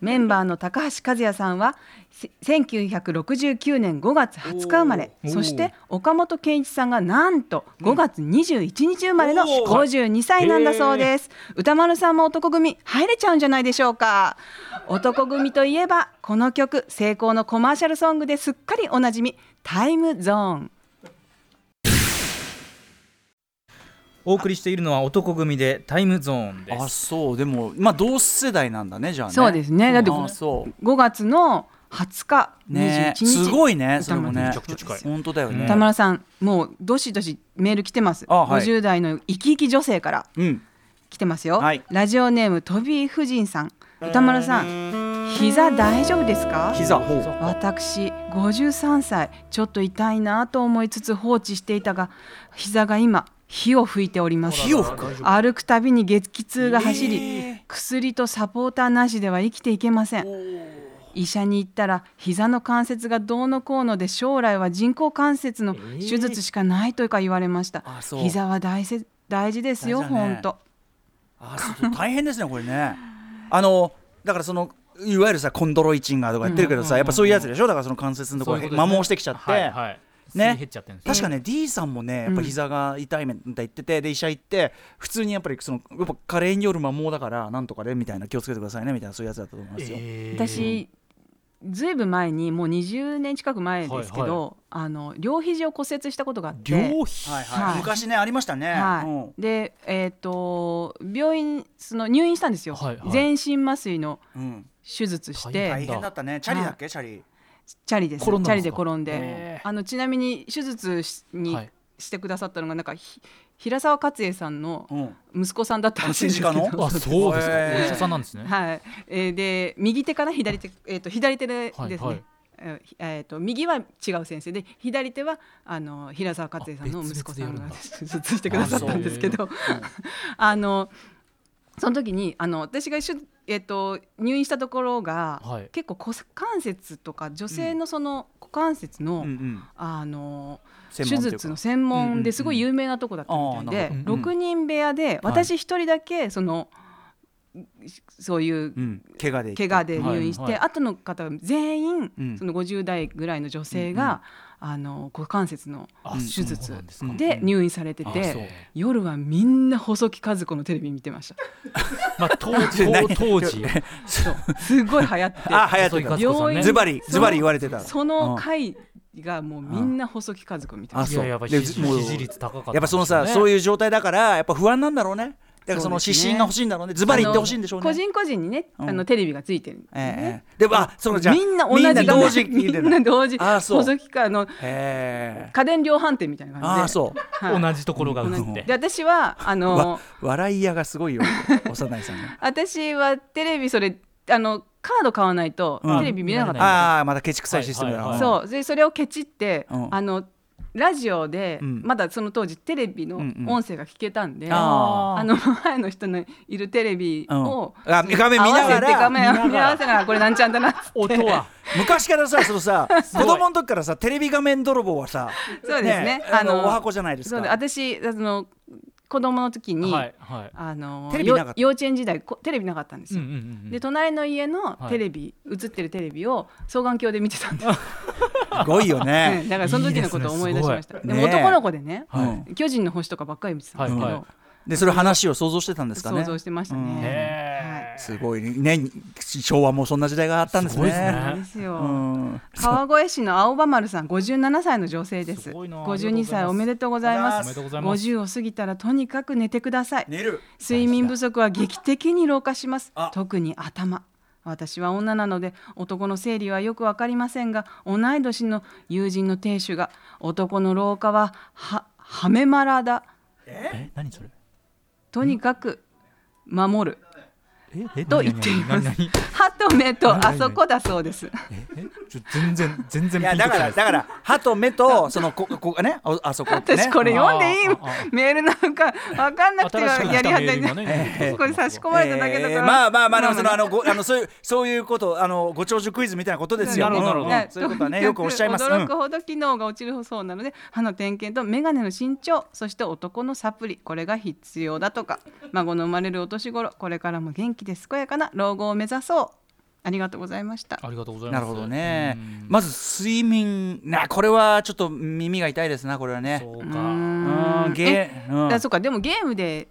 [SPEAKER 7] メンバーの高橋和也さんはせ1969年5月20日生まれ
[SPEAKER 6] おー
[SPEAKER 7] そして岡本健一さんがなんと5月21日生まれの
[SPEAKER 6] おー
[SPEAKER 7] 52歳なんだそうです歌丸さんも男組入れちゃうんじゃないでしょうか男組といえばこの曲成功のコマーシャルソングですっかりおなじみタイムゾーン
[SPEAKER 6] お送りしているのは男組でタイムゾーンで
[SPEAKER 4] あ
[SPEAKER 6] す
[SPEAKER 4] そうでもまあ同世代なんだねじゃあね
[SPEAKER 7] そうですねだって
[SPEAKER 4] あそう
[SPEAKER 7] 5月の20日、
[SPEAKER 4] ね
[SPEAKER 7] 21日
[SPEAKER 4] すごいねそ
[SPEAKER 7] 歌
[SPEAKER 4] れも
[SPEAKER 7] 丸
[SPEAKER 4] ね
[SPEAKER 6] めちゃくちゃ近い
[SPEAKER 4] 本当だよね
[SPEAKER 7] 歌丸さんもうどしどしメール来てます、
[SPEAKER 4] あはい
[SPEAKER 7] 50代の生き生き女性から
[SPEAKER 4] うん
[SPEAKER 7] 来てますよ、
[SPEAKER 4] はい
[SPEAKER 7] ラジオネーム飛び婦人さん歌丸さん膝大丈夫ですか
[SPEAKER 4] 膝ほう
[SPEAKER 7] 私53歳ちょっと痛いなと思いつつ放置していたが膝が今火を吹いております
[SPEAKER 4] 火を吹く
[SPEAKER 7] 歩くたびに激痛が走り、
[SPEAKER 4] えー
[SPEAKER 7] 薬とサポーターなしでは生きていけません医者に行ったら膝の関節がどうのこうので将来は人工関節の手術しかないというか言われました、
[SPEAKER 4] あそう
[SPEAKER 7] 膝は大せ大事ですよ
[SPEAKER 4] 大事だね
[SPEAKER 7] 本当
[SPEAKER 4] あそう大変ですねこれねあのだからそのいわゆるさコンドロイチンがとかやってるけどさ、やっぱそういうやつでしょだからその関節のところ
[SPEAKER 6] そういうことですね
[SPEAKER 4] 摩耗してきちゃって、
[SPEAKER 6] はいはい
[SPEAKER 4] ね
[SPEAKER 6] すり減っちゃってるんです
[SPEAKER 4] 確かね D さんもねやっぱ膝が痛いみたいな言ってて、で医者行って普通にやっぱりそのやっぱ加齢による摩耗だからなんとかでみたいな気をつけてくださいねみたいなそういうやつだったと思いますよ、
[SPEAKER 7] 私ずいぶん前にもう20年近く前ですけど、
[SPEAKER 6] はいは
[SPEAKER 7] あの両肘を骨折したことがあって
[SPEAKER 6] 両膝
[SPEAKER 4] はい
[SPEAKER 7] はいはい
[SPEAKER 4] 昔ねありましたね、
[SPEAKER 7] はい
[SPEAKER 4] うん
[SPEAKER 7] で、えー、と病院その入院したんですよ、
[SPEAKER 6] はいはい
[SPEAKER 7] 全身麻酔の
[SPEAKER 4] うん
[SPEAKER 7] 手術し
[SPEAKER 4] 大
[SPEAKER 7] て
[SPEAKER 4] 変だったねチャリだっけチャリ
[SPEAKER 7] チャリですチ
[SPEAKER 6] 転んだ
[SPEAKER 7] ャ
[SPEAKER 6] んで
[SPEAKER 7] リ
[SPEAKER 6] す
[SPEAKER 7] で
[SPEAKER 6] か
[SPEAKER 7] 転んで
[SPEAKER 6] へ
[SPEAKER 7] あのちなみに手術しに、
[SPEAKER 6] はい
[SPEAKER 7] してくださったのがなんかひ平沢克也さんの
[SPEAKER 4] うん
[SPEAKER 7] 息子さんだった
[SPEAKER 4] あ
[SPEAKER 7] ら
[SPEAKER 4] の
[SPEAKER 7] しいん
[SPEAKER 4] 政
[SPEAKER 7] です
[SPEAKER 4] 治家
[SPEAKER 7] けど
[SPEAKER 4] の
[SPEAKER 6] あそうですか
[SPEAKER 4] へー
[SPEAKER 6] お医者さんなんですね
[SPEAKER 7] はいえーで右手かな左手、えー、と左手でです
[SPEAKER 6] はい
[SPEAKER 7] ね、
[SPEAKER 6] はい
[SPEAKER 7] えーえーと右は違う先生で左手はあの平沢克也さんの息子さん
[SPEAKER 6] あ
[SPEAKER 7] が
[SPEAKER 6] 別
[SPEAKER 7] 手術してくださったんですけど あのその時にあの私がしゅ、えー、と入院したところが、
[SPEAKER 6] はい
[SPEAKER 7] 結構股関節とか女性のその股関節の、
[SPEAKER 4] うんうん
[SPEAKER 7] あの手
[SPEAKER 4] 専門っていうか
[SPEAKER 7] 術の専門ですごい有名なとこだったみた
[SPEAKER 4] う
[SPEAKER 7] いで、
[SPEAKER 4] んうんうんあーなるほどうん
[SPEAKER 7] 6人部屋で私一人だけその、そういう
[SPEAKER 4] うん怪我で行った
[SPEAKER 7] 怪我で入院して、
[SPEAKER 6] はいはい
[SPEAKER 7] あとの方全員、
[SPEAKER 4] うん
[SPEAKER 7] その50代ぐらいの女性が、あの股関節の
[SPEAKER 6] あ
[SPEAKER 7] 手
[SPEAKER 6] そ
[SPEAKER 7] 術
[SPEAKER 6] うなんですか
[SPEAKER 7] で入院されて
[SPEAKER 6] あそう
[SPEAKER 7] て、夜はみんな細木和子のテレビ見てました
[SPEAKER 6] まあ当時
[SPEAKER 4] 何
[SPEAKER 6] 当時
[SPEAKER 7] すごい流行って
[SPEAKER 4] あ流行って
[SPEAKER 6] 細
[SPEAKER 4] た
[SPEAKER 6] 木和子さんね
[SPEAKER 4] ズバリ
[SPEAKER 7] その
[SPEAKER 4] ズバリ言われてた
[SPEAKER 7] その回がもうみんな細木和子見てま
[SPEAKER 4] あ
[SPEAKER 7] し
[SPEAKER 6] い
[SPEAKER 4] そう
[SPEAKER 6] ややっぱ
[SPEAKER 4] で
[SPEAKER 6] 支
[SPEAKER 4] もう
[SPEAKER 6] 持率高かった
[SPEAKER 4] やっぱそのさ、そう
[SPEAKER 6] いう
[SPEAKER 4] いう状態だからやっぱ不安なんだろうねだからその
[SPEAKER 7] そうで
[SPEAKER 4] 指
[SPEAKER 7] すね
[SPEAKER 4] 針が欲しいんだろうねズ
[SPEAKER 7] た
[SPEAKER 4] バリ言ってほしいんでしょうね
[SPEAKER 7] あの個人個人にね、あのテレビがついてるんです
[SPEAKER 4] ええ
[SPEAKER 7] ね、
[SPEAKER 4] ええでもあそのじゃあ
[SPEAKER 7] みんな同じ
[SPEAKER 4] みんな
[SPEAKER 7] 画面
[SPEAKER 4] 同時
[SPEAKER 7] み
[SPEAKER 4] 聞いて
[SPEAKER 7] んな同時
[SPEAKER 4] あそう
[SPEAKER 7] 細木かあの
[SPEAKER 4] ええ
[SPEAKER 7] 家電量販店みたいな感じで
[SPEAKER 4] ああそう
[SPEAKER 7] はい
[SPEAKER 6] 同じところが映って
[SPEAKER 7] で私はあの
[SPEAKER 4] わ笑い屋がすごいよ幼い さんが
[SPEAKER 7] 私はテレビそれあのカード買わないと
[SPEAKER 4] うん
[SPEAKER 7] テレビ見れなかったんですよ、
[SPEAKER 4] ああまだケチくさいシステムだな、
[SPEAKER 6] はいはいはい
[SPEAKER 7] そうでそれをケチって、
[SPEAKER 4] うん
[SPEAKER 7] あのラジオで、
[SPEAKER 4] うん
[SPEAKER 7] まだその当時テレビの
[SPEAKER 4] うんうん
[SPEAKER 7] 音声が聞けたんで、
[SPEAKER 4] あー
[SPEAKER 7] あの前の人のいるテレビ
[SPEAKER 4] うん
[SPEAKER 7] を、
[SPEAKER 4] あ画面見な
[SPEAKER 7] 合わせ
[SPEAKER 4] が
[SPEAKER 7] て画
[SPEAKER 4] ら
[SPEAKER 7] 面を見合わせながらこれなんちゃんだなっつって
[SPEAKER 6] 音は
[SPEAKER 4] 昔からさそのさ子
[SPEAKER 6] ごい
[SPEAKER 4] 供の時からさテレビ画面泥棒はさ
[SPEAKER 7] そうですね
[SPEAKER 4] あのお箱じゃないです
[SPEAKER 7] そうで
[SPEAKER 4] か
[SPEAKER 7] 私あの子供の時に、
[SPEAKER 6] はいはい
[SPEAKER 7] あの
[SPEAKER 4] テレビなかった
[SPEAKER 7] よ幼稚園時代こテレビなかったんです
[SPEAKER 6] うん
[SPEAKER 7] よ、
[SPEAKER 6] うんうんう
[SPEAKER 7] で
[SPEAKER 6] ん
[SPEAKER 7] 隣の家の
[SPEAKER 6] はい
[SPEAKER 7] テレビ、映ってるテレビを双眼鏡で見てたんです、
[SPEAKER 4] すごいよ
[SPEAKER 7] ね
[SPEAKER 4] ね、
[SPEAKER 7] だからその時のことを思い出しました
[SPEAKER 4] い
[SPEAKER 7] で
[SPEAKER 4] ですねすごいねえ
[SPEAKER 7] も男の子でね、
[SPEAKER 4] うん
[SPEAKER 6] は
[SPEAKER 7] 巨人の星とかばっかり見てたんですけど、
[SPEAKER 6] はいは
[SPEAKER 4] でそれ話を想像してたんですかね
[SPEAKER 7] 想像してました
[SPEAKER 4] うん
[SPEAKER 7] ね、
[SPEAKER 6] へ
[SPEAKER 4] すごいねね昭和もそんな時代があったんですね
[SPEAKER 6] すごいですね
[SPEAKER 7] そうですよ、
[SPEAKER 4] うん
[SPEAKER 7] 川越市の青葉丸さん57歳の女性です
[SPEAKER 6] すごいなあ
[SPEAKER 7] 52歳おめでとうござい
[SPEAKER 6] ー
[SPEAKER 7] ま
[SPEAKER 6] おめですとうございます
[SPEAKER 7] 50を過ぎたらとにかく寝てください
[SPEAKER 4] 寝る
[SPEAKER 7] 睡眠不足は劇的に老化します
[SPEAKER 4] あ
[SPEAKER 7] 特に頭私は女なので男の生理はよくわかりませんが同い年の友人の亭主が男の老化はははめまらだ
[SPEAKER 6] え何それ
[SPEAKER 7] とにかく守る
[SPEAKER 6] ええ
[SPEAKER 7] と言っていま
[SPEAKER 6] 何
[SPEAKER 7] す
[SPEAKER 6] 何何
[SPEAKER 7] 歯と目とあそこだそうです
[SPEAKER 6] えちょ全然全然
[SPEAKER 4] い
[SPEAKER 6] ピン
[SPEAKER 4] やだ
[SPEAKER 6] ときて
[SPEAKER 4] か
[SPEAKER 6] な
[SPEAKER 4] ら
[SPEAKER 6] い
[SPEAKER 4] だから歯と目とそのこここねああそこってね
[SPEAKER 7] 私これ読んでいい
[SPEAKER 6] あああ
[SPEAKER 7] メールなんかわかんなくて
[SPEAKER 6] 新しく来
[SPEAKER 7] やり
[SPEAKER 6] た
[SPEAKER 7] は
[SPEAKER 6] メール
[SPEAKER 7] た
[SPEAKER 6] が
[SPEAKER 7] ね
[SPEAKER 6] ね
[SPEAKER 7] これ差し込まれただけだから、
[SPEAKER 4] えーまあまあまあでもそのあ
[SPEAKER 7] まあ
[SPEAKER 4] のごあのそういうそういうことあのご長寿クイズみたいなことですよ。
[SPEAKER 6] なるほどなるほど
[SPEAKER 4] うん
[SPEAKER 7] ね
[SPEAKER 4] そういうことはねよくおっしゃいます。
[SPEAKER 7] 驚くほど機能が落ちるそうなので、歯の点検と眼鏡の新調そして男のサプリこれが必要だとか孫の生まれるお年頃これからも元気で健やかな老後を目指そうありがとうございました
[SPEAKER 6] ありがとうご
[SPEAKER 4] う
[SPEAKER 6] ざい
[SPEAKER 4] ん
[SPEAKER 6] ま
[SPEAKER 4] な
[SPEAKER 6] す
[SPEAKER 4] るほどね
[SPEAKER 6] うん。
[SPEAKER 4] まず睡眠なこれはちょっと耳が痛いですなこれはね。
[SPEAKER 6] そう
[SPEAKER 7] う
[SPEAKER 6] か
[SPEAKER 4] うんんゲー
[SPEAKER 7] だ
[SPEAKER 4] う
[SPEAKER 7] から
[SPEAKER 4] ん
[SPEAKER 7] そうかでもゲームで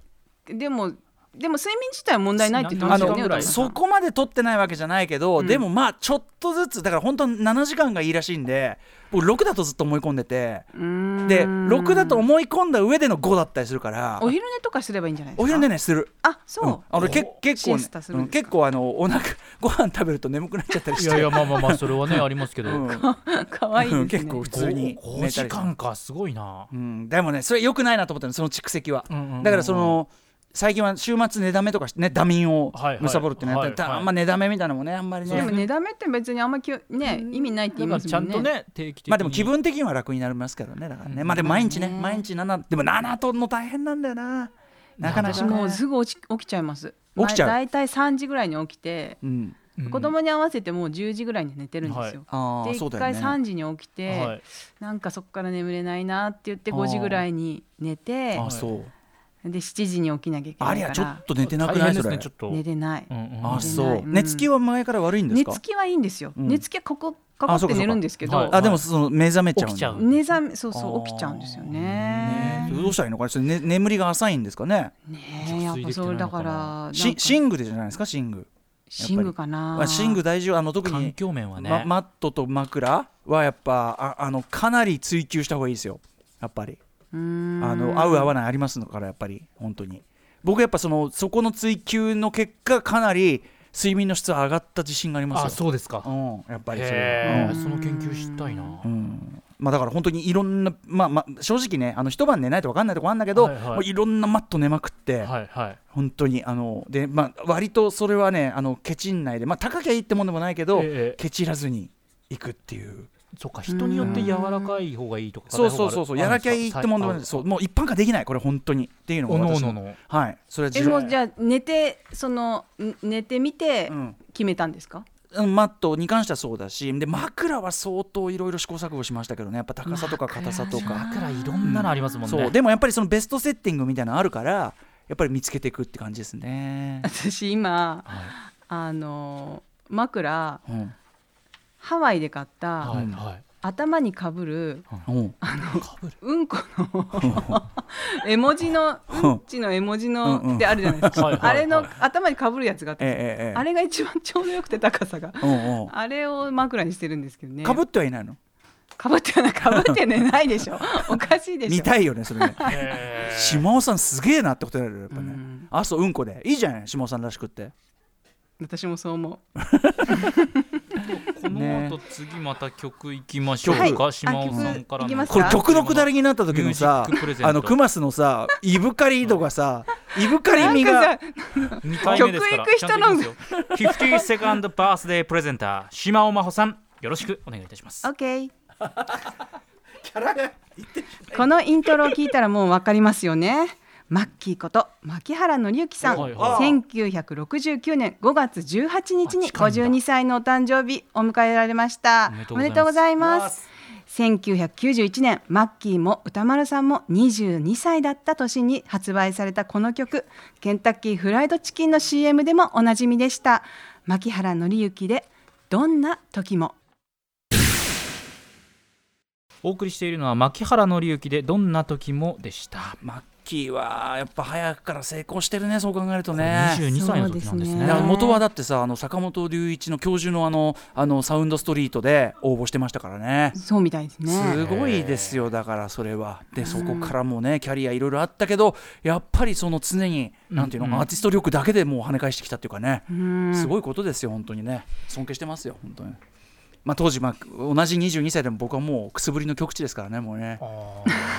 [SPEAKER 7] でもでも睡眠自体は問題ないって言ってま
[SPEAKER 4] あ
[SPEAKER 7] したよね
[SPEAKER 6] 何時間ぐらい
[SPEAKER 7] 歌丸さん
[SPEAKER 4] そこまで取ってないわけじゃないけど、でもまあちょっとずつだから本当7時間がいいらしいんで僕6だとずっと思い込んでて
[SPEAKER 7] うーん
[SPEAKER 4] で6だと思い込んだ上での5だったりするから
[SPEAKER 7] お昼寝とかすればいいんじゃないですか
[SPEAKER 4] お昼寝ねする。
[SPEAKER 7] あそう、
[SPEAKER 4] うんあのけ結構
[SPEAKER 7] シエ
[SPEAKER 4] ね
[SPEAKER 7] スタする
[SPEAKER 4] うんん
[SPEAKER 7] ですか
[SPEAKER 4] 結構あのお腹ご飯食べると眠くなっちゃったりし
[SPEAKER 6] い
[SPEAKER 4] て
[SPEAKER 6] やいやまあまあまあそれはねありますけど、
[SPEAKER 4] うん
[SPEAKER 7] かわいいです
[SPEAKER 4] う
[SPEAKER 7] ね
[SPEAKER 4] ん結構普通に
[SPEAKER 6] 5
[SPEAKER 4] 寝た
[SPEAKER 6] 時
[SPEAKER 4] り
[SPEAKER 6] 間かすごいな
[SPEAKER 4] うん、でもねそれ良くないなと思ったのその蓄積は、
[SPEAKER 6] うんうんうんうん
[SPEAKER 4] だからその最近は週末寝だめとかしてねダミンを
[SPEAKER 6] はいはい
[SPEAKER 4] 貪るってなった
[SPEAKER 6] は
[SPEAKER 4] ら
[SPEAKER 6] い
[SPEAKER 4] だ
[SPEAKER 6] はい
[SPEAKER 4] あんま寝だめみたいなのもねあんまり
[SPEAKER 7] でも
[SPEAKER 4] ね
[SPEAKER 7] 寝だめって別にあんまきゅね意味ないって言
[SPEAKER 6] だ
[SPEAKER 7] い
[SPEAKER 6] から
[SPEAKER 7] ます
[SPEAKER 6] ちゃ
[SPEAKER 7] も
[SPEAKER 6] ん
[SPEAKER 7] ん
[SPEAKER 6] と
[SPEAKER 7] ね。
[SPEAKER 6] ね定期的に
[SPEAKER 4] まあでも気分的には楽になりますけどねだからね、まあでも毎日ね毎日7でも7とんの大変なんだよななかなか、
[SPEAKER 7] 私
[SPEAKER 4] ね、
[SPEAKER 7] もうすぐ起き起きちゃいます。
[SPEAKER 4] 起きちゃう
[SPEAKER 7] だいたい3時ぐらいに起きて、
[SPEAKER 4] うん、
[SPEAKER 6] うん
[SPEAKER 7] 子供に合わせてもう10時ぐらいに寝てるんですよ。
[SPEAKER 4] ああ
[SPEAKER 7] で
[SPEAKER 4] そう
[SPEAKER 7] 一
[SPEAKER 4] だ
[SPEAKER 7] 回
[SPEAKER 4] よね
[SPEAKER 7] 3時に起きて、
[SPEAKER 6] はい
[SPEAKER 7] なんかそこから眠れないなって言って
[SPEAKER 4] あー
[SPEAKER 7] 5時ぐらいに寝て
[SPEAKER 4] あそう
[SPEAKER 7] で7時に起きなきゃいけ
[SPEAKER 4] あ
[SPEAKER 7] ない
[SPEAKER 4] りゃ
[SPEAKER 7] か
[SPEAKER 4] ちょっ
[SPEAKER 7] ら
[SPEAKER 4] と寝てなく
[SPEAKER 6] 大
[SPEAKER 4] ない
[SPEAKER 6] 変で
[SPEAKER 4] そ
[SPEAKER 6] す
[SPEAKER 4] れ
[SPEAKER 6] ねちょっと、
[SPEAKER 7] 寝てない
[SPEAKER 6] うんうん
[SPEAKER 4] あ
[SPEAKER 7] 寝て
[SPEAKER 4] そ
[SPEAKER 7] ないううん
[SPEAKER 4] 寝つきは前から悪いんです
[SPEAKER 7] 寝
[SPEAKER 4] か
[SPEAKER 7] つきはいいんですよ、
[SPEAKER 4] うん
[SPEAKER 7] 寝つきはここかかっ
[SPEAKER 4] あそう
[SPEAKER 7] て
[SPEAKER 4] かそうか
[SPEAKER 7] 寝るんですけど、
[SPEAKER 6] はい
[SPEAKER 4] あでもその目覚めちゃうんだ
[SPEAKER 6] 起きちゃう
[SPEAKER 7] 寝覚めそうそ
[SPEAKER 4] あー
[SPEAKER 7] う起きちゃうんですよ
[SPEAKER 4] ね
[SPEAKER 7] ね。
[SPEAKER 4] どうしたらいいのかなそれね眠りが浅いんですかね
[SPEAKER 7] ね
[SPEAKER 6] 熟
[SPEAKER 7] えや
[SPEAKER 6] 睡
[SPEAKER 7] っぱ
[SPEAKER 6] できて
[SPEAKER 7] そ
[SPEAKER 6] な
[SPEAKER 7] う
[SPEAKER 6] いの
[SPEAKER 7] だ
[SPEAKER 6] かな
[SPEAKER 7] からなんか
[SPEAKER 4] し寝具でじゃないですか寝具
[SPEAKER 7] 寝具かな
[SPEAKER 4] あ寝具大事よあの特
[SPEAKER 6] 環
[SPEAKER 4] に
[SPEAKER 6] 境面はね、
[SPEAKER 4] まマットと枕はやっぱああのかなり追求した方がいいですよやっぱり
[SPEAKER 7] うーん
[SPEAKER 4] あの合う合わないありますからやっぱり本当に僕やっぱそのそこの追求の結果かなり睡眠の質は上がった自信があります
[SPEAKER 6] あ
[SPEAKER 4] よ
[SPEAKER 6] そうですか
[SPEAKER 4] うん、やっぱりそれ
[SPEAKER 6] へ
[SPEAKER 4] は、
[SPEAKER 6] え
[SPEAKER 4] うん
[SPEAKER 6] その研究したいな、
[SPEAKER 4] うんまあ、だから本当にいろんな、まあまあ、正直ねあの一晩寝ないと分かんないとこあるんだけど、
[SPEAKER 6] はいはい
[SPEAKER 4] もういろんなマット寝まくって、
[SPEAKER 6] はいはい
[SPEAKER 4] 本当にあので、まあ、割とそれはねあのケチんないで、まあ、高きゃいいってもんでもないけど、
[SPEAKER 6] ええ
[SPEAKER 4] ケチらずにいくっていう
[SPEAKER 6] そっか人によって柔らかい方がいいとか
[SPEAKER 4] そうそうそうそうやらきゃいいってもんでもない
[SPEAKER 6] そ
[SPEAKER 4] そううもう一般化できないこれ本当にっていうのが
[SPEAKER 6] おのお
[SPEAKER 4] 私
[SPEAKER 6] の
[SPEAKER 4] の
[SPEAKER 6] の
[SPEAKER 4] はいそれは
[SPEAKER 7] え
[SPEAKER 4] 自
[SPEAKER 7] も
[SPEAKER 4] 分
[SPEAKER 7] うじゃあ寝てそのん寝てみて
[SPEAKER 4] うん
[SPEAKER 7] 決めたんですか、、
[SPEAKER 4] うんマットに関してはそうだしで枕は相当いろいろ試行錯誤しましたけどねやっぱ高さとか硬さとか、
[SPEAKER 6] 枕いろんなのありますもんね、
[SPEAKER 4] そうでもやっぱりそのベストセッティングみたいなのあるからやっぱり見つけていくって感じですね
[SPEAKER 7] 私今あの枕
[SPEAKER 4] うん
[SPEAKER 7] ハワイで買った、
[SPEAKER 6] はいはい
[SPEAKER 7] 頭にかぶる
[SPEAKER 4] うん
[SPEAKER 7] うんこの 絵文字の うんちの絵文字
[SPEAKER 4] うんうん
[SPEAKER 7] のってあるじゃないです
[SPEAKER 6] はい
[SPEAKER 7] か
[SPEAKER 6] はい
[SPEAKER 7] あれの頭にかぶるやつがあっ
[SPEAKER 4] ええ
[SPEAKER 7] て
[SPEAKER 4] ええええ
[SPEAKER 7] あれが一番ちょうどよくて高さが
[SPEAKER 4] うんうん
[SPEAKER 7] あれを枕にしてるんですけどね
[SPEAKER 4] かぶってはいないの
[SPEAKER 7] かぶってないかぶって寝ないで しょおかしいでしょ
[SPEAKER 4] 見たいよねそれね
[SPEAKER 6] え
[SPEAKER 4] 島尾さんすげえなってことになるよやっぱ
[SPEAKER 7] う
[SPEAKER 4] ね
[SPEAKER 7] ん
[SPEAKER 4] あそううんこでいいじゃない島尾さんらしくって
[SPEAKER 7] 私もそう思う
[SPEAKER 6] ーこの後次また曲いきましょう
[SPEAKER 4] はい
[SPEAKER 6] か、島尾さんから
[SPEAKER 7] あ曲いきますか
[SPEAKER 4] これ曲のくだりになった時のさ
[SPEAKER 6] ミュージックプレゼント
[SPEAKER 4] あのクマスのさイブカリードがさイブカリ
[SPEAKER 7] なん
[SPEAKER 4] ミ
[SPEAKER 7] か
[SPEAKER 4] が
[SPEAKER 7] さ
[SPEAKER 6] 2回目です から
[SPEAKER 7] 曲行く人の
[SPEAKER 6] ちゃんと行きますよ50セカンドバースデープレゼンター島尾真帆さんよろしくお願いいたします
[SPEAKER 7] オッケー。このイントロを聞いたらもうわかりますよね。マッキーこと牧原紀之さん、
[SPEAKER 6] はいはい
[SPEAKER 7] 1969年5月18
[SPEAKER 6] あ
[SPEAKER 7] 日
[SPEAKER 6] 近
[SPEAKER 7] に
[SPEAKER 6] いんだ
[SPEAKER 7] 52歳のお誕生日を迎えられました。
[SPEAKER 6] お
[SPEAKER 7] お
[SPEAKER 6] め
[SPEAKER 7] め
[SPEAKER 6] でと
[SPEAKER 7] でと
[SPEAKER 6] うご
[SPEAKER 7] うご
[SPEAKER 6] ざ
[SPEAKER 7] ざ
[SPEAKER 6] い
[SPEAKER 7] い
[SPEAKER 6] ま
[SPEAKER 7] ます。1991年マッキーも歌丸さんも22歳だった年に発売されたこの曲ケンタッキーフライドチキンの CM でもおなじみでした牧原紀之で「どんな時も
[SPEAKER 6] お送りしているのは牧原紀之でどんな時もでした
[SPEAKER 4] マッキーはやっぱ早くから成功してるねそう考えるとね
[SPEAKER 6] 22歳の時なんです
[SPEAKER 7] そうです
[SPEAKER 6] ね
[SPEAKER 7] ね
[SPEAKER 4] だから元はだってさあの坂本龍一の教授のあのあのサウンドストリートで応募してましたからね」
[SPEAKER 7] そうみたいですね。
[SPEAKER 4] すごいですよだからそれはでそこからもねキャリアいろいろあったけどやっぱりその常になんていうの、
[SPEAKER 6] うんうん
[SPEAKER 4] アーティスト力だけでもう跳ね返してきたっていうかね、
[SPEAKER 7] うん
[SPEAKER 4] すごいことですよ本当にね尊敬してますよ本当に。まあ、当時、まあ、同じ22歳でも僕はもうくすぶりの極地ですからねもうね。
[SPEAKER 6] あ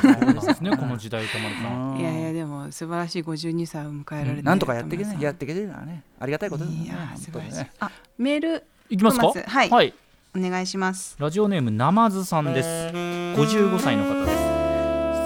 [SPEAKER 6] ーそうなんですねこの時代歌丸さん
[SPEAKER 4] うん
[SPEAKER 7] いやいやでも素晴らしい52歳を迎えられて、
[SPEAKER 4] なんとかやっていけね
[SPEAKER 7] い
[SPEAKER 4] やっていけてるならねありがたいことだよね
[SPEAKER 7] いやー
[SPEAKER 4] 本
[SPEAKER 7] 素
[SPEAKER 4] 当
[SPEAKER 7] 晴
[SPEAKER 4] に
[SPEAKER 7] らしい
[SPEAKER 4] ね。
[SPEAKER 7] あメール
[SPEAKER 6] いきますか
[SPEAKER 7] まずはい
[SPEAKER 6] はい
[SPEAKER 7] お願いします。
[SPEAKER 6] ラジオネームなまずさんです55歳の方で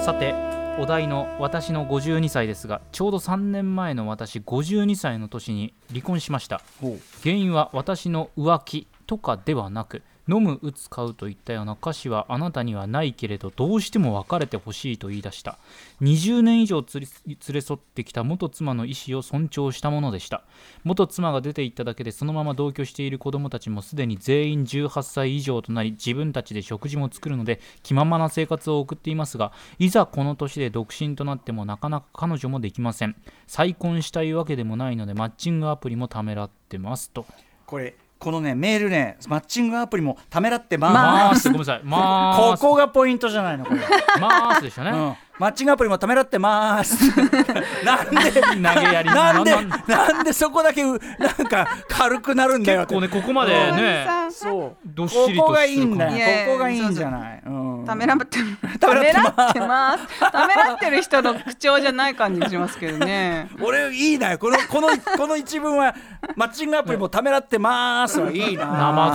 [SPEAKER 6] すさてお題の私の52歳ですがちょうど3年前の私52歳の年に離婚しました
[SPEAKER 4] ほう
[SPEAKER 6] 原因は私の浮気とかではなく飲む打つ買うといったような歌詞はあなたにはないけれどどうしても別れてほしいと言い出した20年以上つり連れ添ってきた元妻の意思を尊重したものでした元妻が出て行っただけでそのまま同居している子供たちもすでに全員18歳以上となり自分たちで食事も作るので気ままな生活を送っていますがいざこの年で独身となってもなかなか彼女もできません再婚したいわけでもないのでマッチングアプリもためらってますと
[SPEAKER 4] これこのねメールねマッチングアプリもためらって
[SPEAKER 6] ま
[SPEAKER 4] ま
[SPEAKER 6] ー
[SPEAKER 4] あ
[SPEAKER 6] すごめんなさいまー
[SPEAKER 4] こ
[SPEAKER 6] す
[SPEAKER 4] こがポイントじゃないのこれ、う
[SPEAKER 6] まーすでしたね、
[SPEAKER 4] ん、マッチングアプリもためらってまー すなんで
[SPEAKER 6] 投げやり
[SPEAKER 4] なんで
[SPEAKER 6] な
[SPEAKER 4] なんでそこだけうなんか軽くなるんだよっ
[SPEAKER 6] 結
[SPEAKER 4] て
[SPEAKER 6] 構ねここまで
[SPEAKER 7] 大森
[SPEAKER 6] ね
[SPEAKER 7] さん
[SPEAKER 4] そう
[SPEAKER 6] どっし
[SPEAKER 4] こ
[SPEAKER 6] りとしてる
[SPEAKER 4] こがいいんだ
[SPEAKER 7] 感じ
[SPEAKER 4] よここがいいんじゃないうん
[SPEAKER 7] ためらってためらってますためらってる人の口調じゃない感じがしますけどね
[SPEAKER 4] 俺いいなよこのこのこの一文はマッチングアプリもためらってまーすはいいな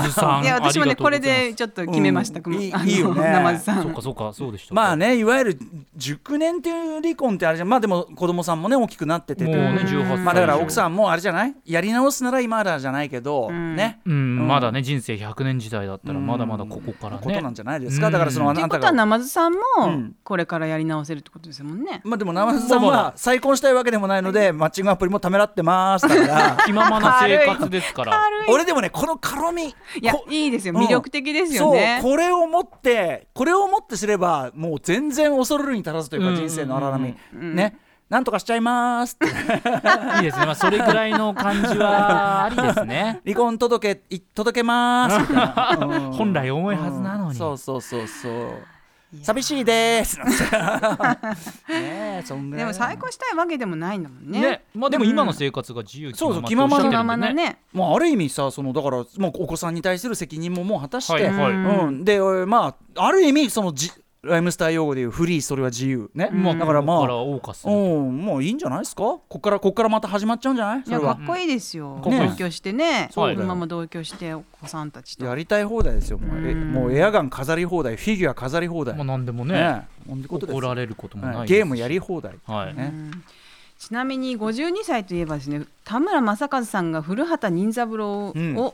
[SPEAKER 6] 生ずさん
[SPEAKER 7] いや私も
[SPEAKER 6] ありがとう
[SPEAKER 7] ね
[SPEAKER 6] ご
[SPEAKER 7] こ
[SPEAKER 6] ざ
[SPEAKER 7] れ
[SPEAKER 6] います
[SPEAKER 7] でちょっと決めました、
[SPEAKER 4] うん
[SPEAKER 7] くも
[SPEAKER 4] いい
[SPEAKER 7] あの
[SPEAKER 4] いいよね
[SPEAKER 7] 生地さ
[SPEAKER 6] そうんかそうかそうでした
[SPEAKER 4] まあねいわゆる熟年っていう離婚ってあれじゃんまあでも子供さんもね大きくなってて
[SPEAKER 6] もうね18歳
[SPEAKER 4] まあだから奥
[SPEAKER 6] ん
[SPEAKER 4] さんもあれじゃないやり直すなら今ならじゃないけど、
[SPEAKER 7] ん
[SPEAKER 4] ね
[SPEAKER 6] うん、
[SPEAKER 4] うん
[SPEAKER 6] まだね人生100年時代だったら
[SPEAKER 4] うん
[SPEAKER 6] まだまだここから
[SPEAKER 4] こと
[SPEAKER 6] ね
[SPEAKER 4] なんじゃないですかだからそのあ
[SPEAKER 6] うん
[SPEAKER 7] という
[SPEAKER 4] な
[SPEAKER 7] こ
[SPEAKER 4] た
[SPEAKER 7] とは
[SPEAKER 4] が
[SPEAKER 7] 生地さんも
[SPEAKER 4] ん
[SPEAKER 7] これからやり直せるってことですもんね、
[SPEAKER 4] まあでも生瀬さんは再婚したいわけでもないのでマッチングアプリもためらってまーすだから
[SPEAKER 6] 気ままな生活ですから
[SPEAKER 7] 軽い
[SPEAKER 4] 俺でもねこの軽み
[SPEAKER 7] いや
[SPEAKER 4] こ
[SPEAKER 7] いいですよ
[SPEAKER 4] うん
[SPEAKER 7] 魅力的ですよね、
[SPEAKER 4] そうこれを持ってこれを持ってすればもう全然恐るるに足らずという
[SPEAKER 6] う
[SPEAKER 4] か
[SPEAKER 6] んうんうん
[SPEAKER 4] 人生の荒波ねなんとかしちゃいますって
[SPEAKER 6] いいですね、まあ、それぐらいの感じはありですね
[SPEAKER 4] 離婚届けい届け ますみたいなうん
[SPEAKER 6] 本来重いはずなのに、
[SPEAKER 4] そうそうそうそう寂しい ですなんてねえそんぐら
[SPEAKER 7] で
[SPEAKER 4] い
[SPEAKER 7] も再婚したいわけでもないんだもんね
[SPEAKER 6] ねまあでも今の生活が自由
[SPEAKER 4] そうそう
[SPEAKER 6] 気ままとおっしゃ
[SPEAKER 7] そ
[SPEAKER 6] ってる
[SPEAKER 7] の
[SPEAKER 6] ん
[SPEAKER 7] ま
[SPEAKER 6] で
[SPEAKER 7] まね
[SPEAKER 4] まあある意味さそのだからもうお子さんに対する責任ももう果たして、
[SPEAKER 6] はいは
[SPEAKER 7] う
[SPEAKER 6] い、
[SPEAKER 7] ん
[SPEAKER 4] うん、でえーまあある意味そのじライムスター用語でいうフリーそれは自由ね、
[SPEAKER 6] まあ
[SPEAKER 4] だからまあ
[SPEAKER 6] ここから謳歌す
[SPEAKER 4] う
[SPEAKER 6] る
[SPEAKER 4] んもういいんじゃないですかこっからこっからまた始まっちゃうんじゃない
[SPEAKER 7] い
[SPEAKER 4] それ
[SPEAKER 7] やか
[SPEAKER 4] は
[SPEAKER 7] っこいいですよ、
[SPEAKER 6] こいい
[SPEAKER 7] 同居してね
[SPEAKER 6] そうだよ
[SPEAKER 7] 今も同居してお子さんたちと
[SPEAKER 4] やりたい放題ですよもうえ
[SPEAKER 7] うん
[SPEAKER 4] もうエアガン飾り放題フィギュア飾り放題
[SPEAKER 6] まあ
[SPEAKER 4] ね
[SPEAKER 6] 何でもね
[SPEAKER 4] えほんということです
[SPEAKER 6] 怒られることもない
[SPEAKER 4] はい
[SPEAKER 6] ですし
[SPEAKER 4] ゲームやり放題
[SPEAKER 6] はい、
[SPEAKER 4] ね
[SPEAKER 7] ちなみに52歳といえばですね田村正和さんが古畑任三郎
[SPEAKER 4] うん
[SPEAKER 7] を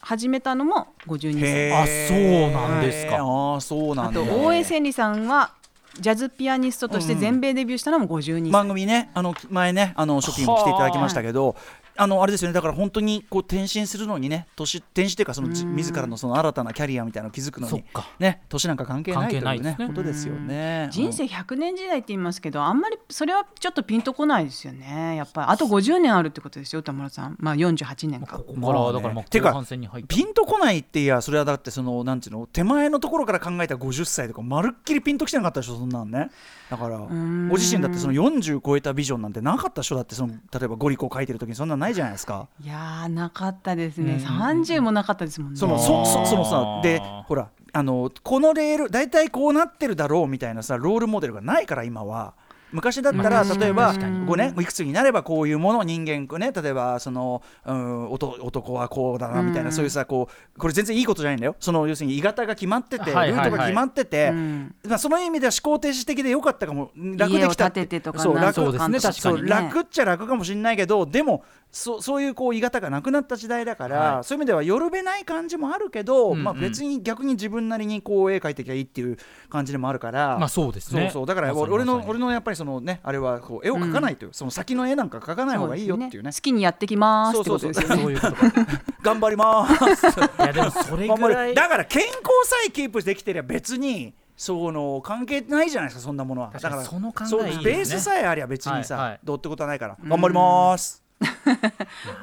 [SPEAKER 7] 始めたのも52歳、
[SPEAKER 6] あそうなんですか
[SPEAKER 4] へーあそうな
[SPEAKER 7] あ
[SPEAKER 4] んだ
[SPEAKER 7] と大江千里さんはジャズピアニストとして全米デビューしたのも52歳、
[SPEAKER 4] 番組ねあの前ねあの初期に来ていただきましたけどあのあれですよねだから本当にこう転身するのにね年転身というかそのじ自らのその新たなキャリアみたいなのを築くの
[SPEAKER 6] そっ
[SPEAKER 4] に
[SPEAKER 6] か
[SPEAKER 4] ね年なんか関係ないという
[SPEAKER 6] 関係ない
[SPEAKER 4] ね
[SPEAKER 6] ですね
[SPEAKER 4] ことですよね
[SPEAKER 7] 人生100年時代って言いますけどあんまりそれはちょっとピンとこないですよねやっぱりあと50年あるってことですよ田村さんまあ48年か
[SPEAKER 6] ここからだから
[SPEAKER 4] ま
[SPEAKER 6] ま
[SPEAKER 4] あね
[SPEAKER 6] あ後半戦に入った
[SPEAKER 4] ピンとこないっていやそれはだってそのなんていうの手前のところから考えた50歳とかまるっきりピンときてなかったでしょそんなんねだから
[SPEAKER 7] ん
[SPEAKER 4] ご自身だってその40超えたビジョンなんてなかったでしょだってその例えばゴリコを書いてる時にそんなんないじゃないですか
[SPEAKER 7] いやーなかったですね30もなかったですもんね
[SPEAKER 4] そのそそそのさでほらあのこのレール大体こうなってるだろうみたいなさロールモデルがないから今は。昔だったら、例えばこう、ね、いくつになればこういうものを人間ね例えばその、うん、男男はこうだなみたいな、そういうさこうこれ全然いいことじゃないんだよその要するに鋳型が決まってて、
[SPEAKER 6] はいはいはい
[SPEAKER 4] ルートが決まってて、
[SPEAKER 7] うん
[SPEAKER 4] まあ、その意味では思考停止的でよかったかも楽で
[SPEAKER 7] 家を
[SPEAKER 4] きた
[SPEAKER 7] 建ててとか
[SPEAKER 4] そう
[SPEAKER 7] なん
[SPEAKER 4] 楽
[SPEAKER 7] とか
[SPEAKER 6] そうですね
[SPEAKER 7] かんと
[SPEAKER 6] 確
[SPEAKER 4] そう楽っちゃ楽かもしれないけどでもそそういうこう鋳型がなくなった時代だから、
[SPEAKER 6] は
[SPEAKER 4] そういう意味ではよるべない感じもあるけど、
[SPEAKER 6] うんうん
[SPEAKER 4] まあ、別に逆に自分なりにこう絵描いてきゃいいっていう感じでもあるから。
[SPEAKER 6] まあそうです
[SPEAKER 4] そう
[SPEAKER 6] ね
[SPEAKER 4] そうだから
[SPEAKER 6] まさに
[SPEAKER 4] 俺の
[SPEAKER 6] まさに
[SPEAKER 4] 俺のやっぱりそのねあれはこう絵を描かないという、その先の絵なんか描かない方がいいよっていうね
[SPEAKER 7] 好きにやってきますって
[SPEAKER 4] そう
[SPEAKER 7] こ
[SPEAKER 4] そ
[SPEAKER 7] と
[SPEAKER 4] う
[SPEAKER 7] で
[SPEAKER 4] そ
[SPEAKER 7] す
[SPEAKER 4] う
[SPEAKER 7] よね
[SPEAKER 6] そういうことか
[SPEAKER 4] 頑張り ます
[SPEAKER 6] いや でもそれ
[SPEAKER 4] 頑
[SPEAKER 6] ぐ
[SPEAKER 4] 張
[SPEAKER 6] らい
[SPEAKER 4] るだから健康さえキープできてりゃ別にその関係ないじゃないですかそんなものはだ
[SPEAKER 6] 確かに
[SPEAKER 4] から
[SPEAKER 6] その考え
[SPEAKER 4] そう
[SPEAKER 6] いいですね
[SPEAKER 4] ベースさえありゃ別にさ、
[SPEAKER 6] はいはい
[SPEAKER 4] どうってことはないから頑張ります、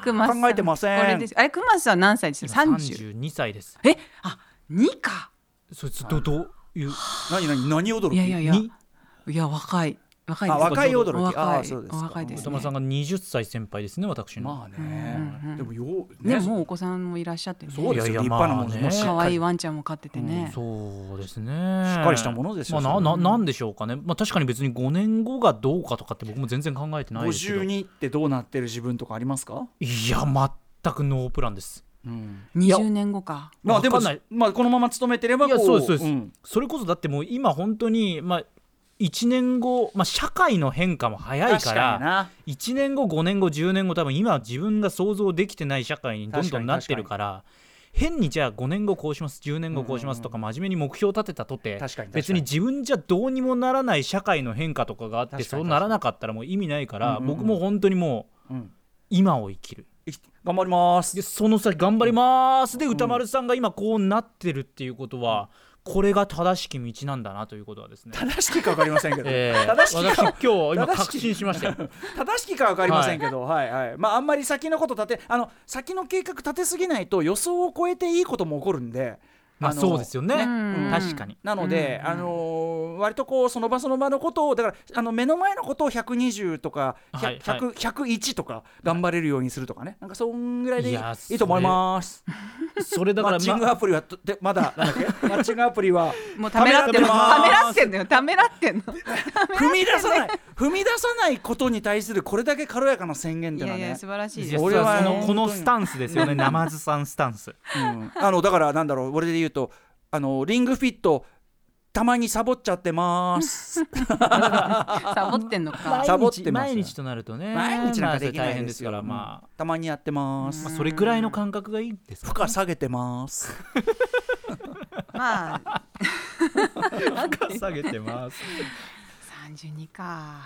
[SPEAKER 7] 熊さん
[SPEAKER 4] 考えてません
[SPEAKER 7] これですあれ熊さん何歳ですか
[SPEAKER 6] 今
[SPEAKER 7] 30
[SPEAKER 6] 32歳です
[SPEAKER 7] えあ2か
[SPEAKER 6] そいつどどういう
[SPEAKER 4] 何何何驚き
[SPEAKER 7] いやいやいや
[SPEAKER 6] に
[SPEAKER 7] いや若い若い
[SPEAKER 4] あ
[SPEAKER 7] です
[SPEAKER 4] 若い驚き
[SPEAKER 7] お若い
[SPEAKER 4] あーそうですか
[SPEAKER 7] お若いで
[SPEAKER 6] 宇
[SPEAKER 7] す
[SPEAKER 6] 多
[SPEAKER 7] ね
[SPEAKER 6] 丸さんが20歳先輩ですね私の、
[SPEAKER 4] まあね、
[SPEAKER 7] うんうん
[SPEAKER 4] でもよう
[SPEAKER 7] ね
[SPEAKER 4] ね
[SPEAKER 7] もうお子さんもいらっしゃってね
[SPEAKER 4] そうですよ
[SPEAKER 6] いやいや
[SPEAKER 4] 立派なもの
[SPEAKER 6] まあね
[SPEAKER 4] もうしっ
[SPEAKER 7] 可
[SPEAKER 4] か
[SPEAKER 7] 愛
[SPEAKER 4] り
[SPEAKER 7] いワンちゃんも飼っててね
[SPEAKER 6] そうですねし
[SPEAKER 4] っ
[SPEAKER 6] っ
[SPEAKER 4] かりしたものですよ
[SPEAKER 6] まあ、
[SPEAKER 4] それ
[SPEAKER 6] な
[SPEAKER 4] は
[SPEAKER 6] ななんでしょうかね、まあ、確かに別に5年後がどうかとかって僕も全然考えてないですけど
[SPEAKER 4] 52ってどうなってる自分とかありますか、
[SPEAKER 6] いや全くノープランです
[SPEAKER 4] うん、
[SPEAKER 7] 20年後か
[SPEAKER 4] まあでも
[SPEAKER 6] わかんない
[SPEAKER 4] まあこのまま勤めてれば
[SPEAKER 6] い
[SPEAKER 4] こ
[SPEAKER 6] や
[SPEAKER 4] う
[SPEAKER 6] そうですそうです、
[SPEAKER 4] ん
[SPEAKER 6] それこそだってもう今本当にまあ1年後、まあ、社会の変化も早いか
[SPEAKER 4] 確かに
[SPEAKER 6] ら
[SPEAKER 4] な
[SPEAKER 6] 1年後5年後10年後多分今自分が想像できてない社会にどんどんなってるから変にじゃあ5年後こうします10年後こうしますとか真面目に目標立てたと
[SPEAKER 4] 確
[SPEAKER 6] て
[SPEAKER 4] かに確かに
[SPEAKER 6] 別に自分じゃどうにもならない社会の変化とかがあって
[SPEAKER 4] 確かに
[SPEAKER 6] そうならなかったらもう意味ないか
[SPEAKER 4] うんう
[SPEAKER 6] ら
[SPEAKER 4] んうん
[SPEAKER 6] 僕も本当にもう
[SPEAKER 4] うん
[SPEAKER 6] 今を生きる
[SPEAKER 4] い頑張ります
[SPEAKER 6] でその先頑張りますで歌丸さんが今こうなってるっていうことはこれが正しき道なんだなということはですね
[SPEAKER 4] 正しきか分かりませんけど、
[SPEAKER 6] えー
[SPEAKER 4] 正しき
[SPEAKER 6] 私
[SPEAKER 4] か
[SPEAKER 6] 今日
[SPEAKER 4] 正
[SPEAKER 6] 今
[SPEAKER 4] しき
[SPEAKER 6] 確信しましたよ
[SPEAKER 4] 正しきか分かりませんけど、はいはいまあ、あんまり先のこと立てあの先の計画立てすぎないと予想を超えていいことも起こるんで。
[SPEAKER 6] まあ
[SPEAKER 4] の
[SPEAKER 6] そうですよね
[SPEAKER 7] うん
[SPEAKER 6] 確かに
[SPEAKER 4] なので、あのー割とこうその場その場のことをだからあの目の前のことを120とか、
[SPEAKER 6] は
[SPEAKER 4] 百
[SPEAKER 6] いはい
[SPEAKER 4] 101とか頑張れるようにするとかね、なんかそんぐらいでいい
[SPEAKER 6] いや
[SPEAKER 4] いいと思います。
[SPEAKER 6] それだ
[SPEAKER 4] マ
[SPEAKER 6] か
[SPEAKER 4] ッ
[SPEAKER 6] ら
[SPEAKER 4] チング
[SPEAKER 6] ま
[SPEAKER 4] アプリはとでま だなんだっけマッチングアプリは
[SPEAKER 7] もうためらって
[SPEAKER 4] ため
[SPEAKER 7] るため
[SPEAKER 4] ら
[SPEAKER 7] ら
[SPEAKER 4] っ
[SPEAKER 7] っててんのよためらってんの
[SPEAKER 4] 踏み出さない踏み出さないことに対するこれだけ軽やかな宣言って
[SPEAKER 7] い
[SPEAKER 4] いうのは
[SPEAKER 7] や
[SPEAKER 4] いね。
[SPEAKER 7] や素晴らしいです
[SPEAKER 6] いや
[SPEAKER 4] 俺は本
[SPEAKER 6] そ
[SPEAKER 4] 当
[SPEAKER 6] の
[SPEAKER 4] に
[SPEAKER 6] このスタンスですよね生ずさんスタンス
[SPEAKER 4] うんあのだからなんだろう俺で言うとあのリングフィットたまにサボっちゃってます。
[SPEAKER 7] サボってんのか
[SPEAKER 4] サボってます
[SPEAKER 6] 毎日となるとね
[SPEAKER 4] 毎日なんか
[SPEAKER 6] まあ
[SPEAKER 4] できない
[SPEAKER 6] 大変
[SPEAKER 4] で
[SPEAKER 6] です
[SPEAKER 4] す
[SPEAKER 6] か
[SPEAKER 4] よ。
[SPEAKER 6] ら
[SPEAKER 4] う
[SPEAKER 6] ま
[SPEAKER 4] んたまにやってま
[SPEAKER 6] あ
[SPEAKER 4] す。
[SPEAKER 6] まあそれぐらいの感覚がいいです
[SPEAKER 4] 負荷下げてます。
[SPEAKER 7] まあ
[SPEAKER 6] 下げてます
[SPEAKER 7] 32か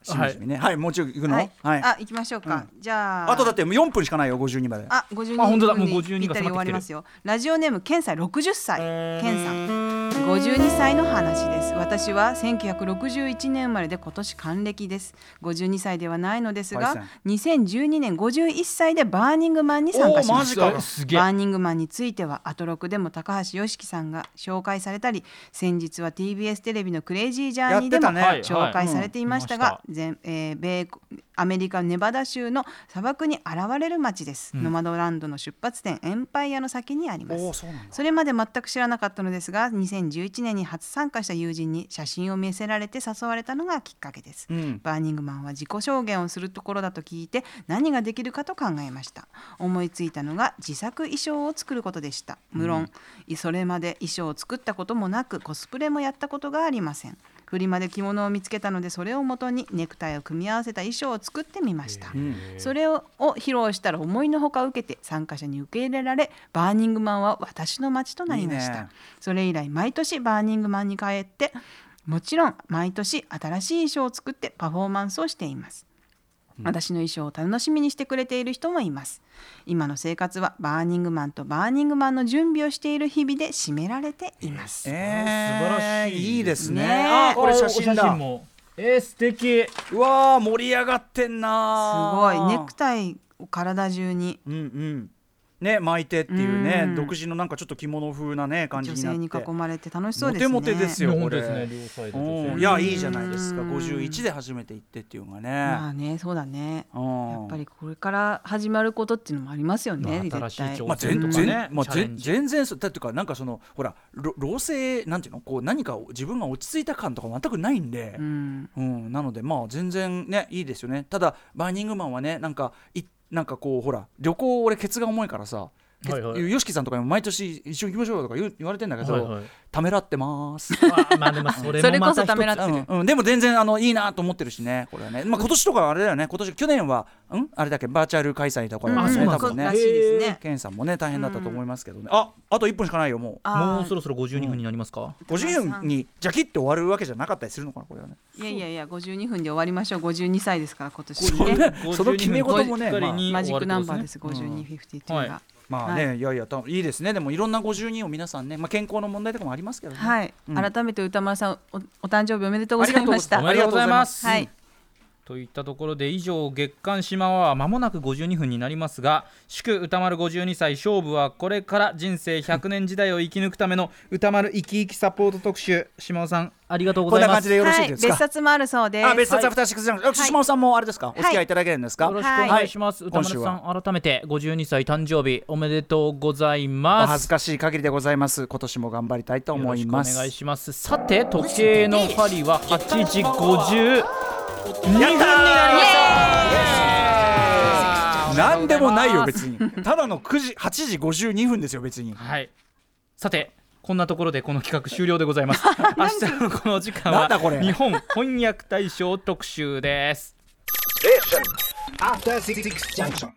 [SPEAKER 4] しみじみね。はい、もうちょい行くの。はい。あ
[SPEAKER 7] あ行きましょうか、じゃあ
[SPEAKER 4] とだってもう4分しかないよ、52まで。
[SPEAKER 7] あ、五十
[SPEAKER 6] あ本当だ
[SPEAKER 7] 分に
[SPEAKER 6] もう52
[SPEAKER 7] ぴ
[SPEAKER 6] が迫ってきてる
[SPEAKER 7] ったり終わりますよ。ラジオネームケンさん六十歳、ケンさん。五十二歳の話です。私は1961年生まれで今年還暦です。52歳ではないのです
[SPEAKER 4] はい
[SPEAKER 7] が
[SPEAKER 4] さん、
[SPEAKER 7] 2012年51歳でバーニングマンに参加しました。
[SPEAKER 4] おーマジか
[SPEAKER 6] すげえ
[SPEAKER 7] バーニングマンについてはアトロクでも高橋良樹さんが紹介されたり先日は TBS テレビの「クレイジージャーニー」でも
[SPEAKER 4] やってたね
[SPEAKER 7] 紹介されていましたが全えー米アメリカネバダ州の砂漠に現れる街です、ノマドランドの出発点エンパイアの先にあります
[SPEAKER 4] おお、そうなんだ。
[SPEAKER 7] それまで全く知らなかったのですが2011年に初参加した友人に写真を見せられて誘われたのがきっかけです、
[SPEAKER 4] うん
[SPEAKER 7] バーニングマンは自己証言をするところだと聞いて何ができるかと考えました思いついたのが自作衣装を作ることでした無論、それまで衣装を作ったこともなくコスプレもやったことがありませんフリマで着物を見つけたのでそれをもとにネクタイを組み合わせた衣装を作ってみました、それをを披露したら思いのほか受けて参加者に受け入れられバーニングマンは私の街となりました
[SPEAKER 4] いいね
[SPEAKER 7] それ以来毎年バーニングマンに帰ってもちろん毎年新しい衣装を作ってパフォーマンスをしています私の衣装を楽しみにしてくれている人もいます今の生活はバーニングマンとバーニングマンの準備をしている日々で締められています、
[SPEAKER 4] えー
[SPEAKER 6] 素晴らしい
[SPEAKER 4] いいですね。
[SPEAKER 7] ねえ
[SPEAKER 4] あー、これ写真だ。
[SPEAKER 6] もえー、素敵
[SPEAKER 4] うわー、盛り上がってんなー。
[SPEAKER 7] すごいネクタイを体中に
[SPEAKER 4] うんうん。ね、巻いてっていうね、
[SPEAKER 7] うん
[SPEAKER 4] 独自のなんかちょっと着物風なね、感じ
[SPEAKER 7] 女
[SPEAKER 4] になっ
[SPEAKER 7] 性
[SPEAKER 4] て。
[SPEAKER 7] に囲まれて楽しそうですね
[SPEAKER 4] モテモテですよ、これ。
[SPEAKER 6] 両
[SPEAKER 4] うんいや、いいじゃないですか。51で初めて行ってっていうのが
[SPEAKER 7] ま
[SPEAKER 4] ね。
[SPEAKER 7] あねそうだね
[SPEAKER 4] うん
[SPEAKER 7] やっぱりこれから始まることっていうのもありますよね、
[SPEAKER 6] まあ
[SPEAKER 7] 絶対
[SPEAKER 6] 新しい挑
[SPEAKER 4] まあ、
[SPEAKER 6] 挑戦
[SPEAKER 4] 全
[SPEAKER 6] とかね
[SPEAKER 4] 然、まあ、
[SPEAKER 6] チャレン
[SPEAKER 4] 全
[SPEAKER 6] ジ
[SPEAKER 4] 全然そうだっていうかなんかそのほらろ老成なんていうのこう何かを自分が落ち着いた感とか全くないんで、う
[SPEAKER 7] うんん、
[SPEAKER 4] なのでまあ全然ねいいですよねただバーニングマンはねなんかいなんかこうほら旅行俺ケツが重いからさけ
[SPEAKER 6] はいはい
[SPEAKER 4] よしきさんとかにも毎年一緒に行きましょうよとか言う言われてんだけど、
[SPEAKER 6] はいはい
[SPEAKER 4] ためらって ます、
[SPEAKER 6] あまあでもそれ
[SPEAKER 7] そ
[SPEAKER 6] も
[SPEAKER 7] れ
[SPEAKER 6] ま
[SPEAKER 7] こ
[SPEAKER 6] た
[SPEAKER 7] そ
[SPEAKER 6] 一
[SPEAKER 7] ためら
[SPEAKER 6] つ
[SPEAKER 7] ってる、
[SPEAKER 4] うんうん、でも全然あのいいなと思ってるしねこれはね、まあ、今年とかはあれだよね今年去年はんあれだっけバーチャル開催とかだ
[SPEAKER 7] うん
[SPEAKER 4] った
[SPEAKER 6] あそうなん
[SPEAKER 4] 多
[SPEAKER 6] ですか
[SPEAKER 4] 分ね
[SPEAKER 7] らしいですね、
[SPEAKER 4] ケンさんもね大変だったと思いますけどね、ああと1分しかないよもう
[SPEAKER 7] あ
[SPEAKER 6] もう
[SPEAKER 7] ー
[SPEAKER 6] そろそろ52分になりますか、
[SPEAKER 4] 50にジャキッて終わるわけじゃなかったりするのかなこれはね。
[SPEAKER 7] いやいやいや52分で終わりましょう52歳ですから今年
[SPEAKER 4] そ
[SPEAKER 7] ね
[SPEAKER 4] ねその決め事もね、まあ
[SPEAKER 7] マジックナンバーです
[SPEAKER 4] 終わるって
[SPEAKER 7] 5252
[SPEAKER 6] う
[SPEAKER 7] が、
[SPEAKER 6] ん
[SPEAKER 7] は
[SPEAKER 6] はい
[SPEAKER 4] まあね、い、やいやたいいですねでもいろんな50人を皆さんね、まあ、健康の問題とかもありますけどね。い、うん
[SPEAKER 7] 改めて歌丸さんおお誕生日おめでとうご
[SPEAKER 4] あ
[SPEAKER 7] ざ
[SPEAKER 4] り
[SPEAKER 7] い
[SPEAKER 4] がとう
[SPEAKER 7] ま
[SPEAKER 4] ご
[SPEAKER 7] し
[SPEAKER 4] ざ
[SPEAKER 7] た
[SPEAKER 4] います。ありがとうございます。
[SPEAKER 7] はい、
[SPEAKER 6] といったところで以上月刊島はまもなく52分になりますが祝歌丸52歳勝負はこれから人生100年時代を生き抜くための歌丸生き生きサポート特集島尾さんありがとうご
[SPEAKER 4] こん
[SPEAKER 6] ざ
[SPEAKER 4] な
[SPEAKER 6] いま
[SPEAKER 4] 感じ
[SPEAKER 6] す
[SPEAKER 4] でよろしい
[SPEAKER 7] はい
[SPEAKER 4] ですか。
[SPEAKER 7] 別冊もあるそうです
[SPEAKER 4] あ別冊アフターシックスジャンクション。
[SPEAKER 7] はい
[SPEAKER 4] 島尾さんもあれですか、お付き合いいただけるんですか。
[SPEAKER 6] よろしくお
[SPEAKER 7] はい
[SPEAKER 6] 願いします、歌
[SPEAKER 4] 今週
[SPEAKER 6] 丸さん改めて52歳誕生日おめでとうござい
[SPEAKER 4] お
[SPEAKER 6] ま
[SPEAKER 4] 恥ず
[SPEAKER 6] す
[SPEAKER 4] かしい限りでございます。今年も頑張りたいと思い
[SPEAKER 6] よろ
[SPEAKER 4] ま
[SPEAKER 6] し
[SPEAKER 4] す。
[SPEAKER 6] くお願いしますさて時計の針は8時52分になりました
[SPEAKER 4] なんでもないよ
[SPEAKER 6] に
[SPEAKER 4] 別に。ただの9時8時52分ですよ別に。
[SPEAKER 6] はい。さて。こんなところでこの企画終了でござ います。明日のこの時間
[SPEAKER 4] な
[SPEAKER 6] は
[SPEAKER 4] んだこれ
[SPEAKER 6] 日本翻訳大賞特集です。
[SPEAKER 2] After Six Junction.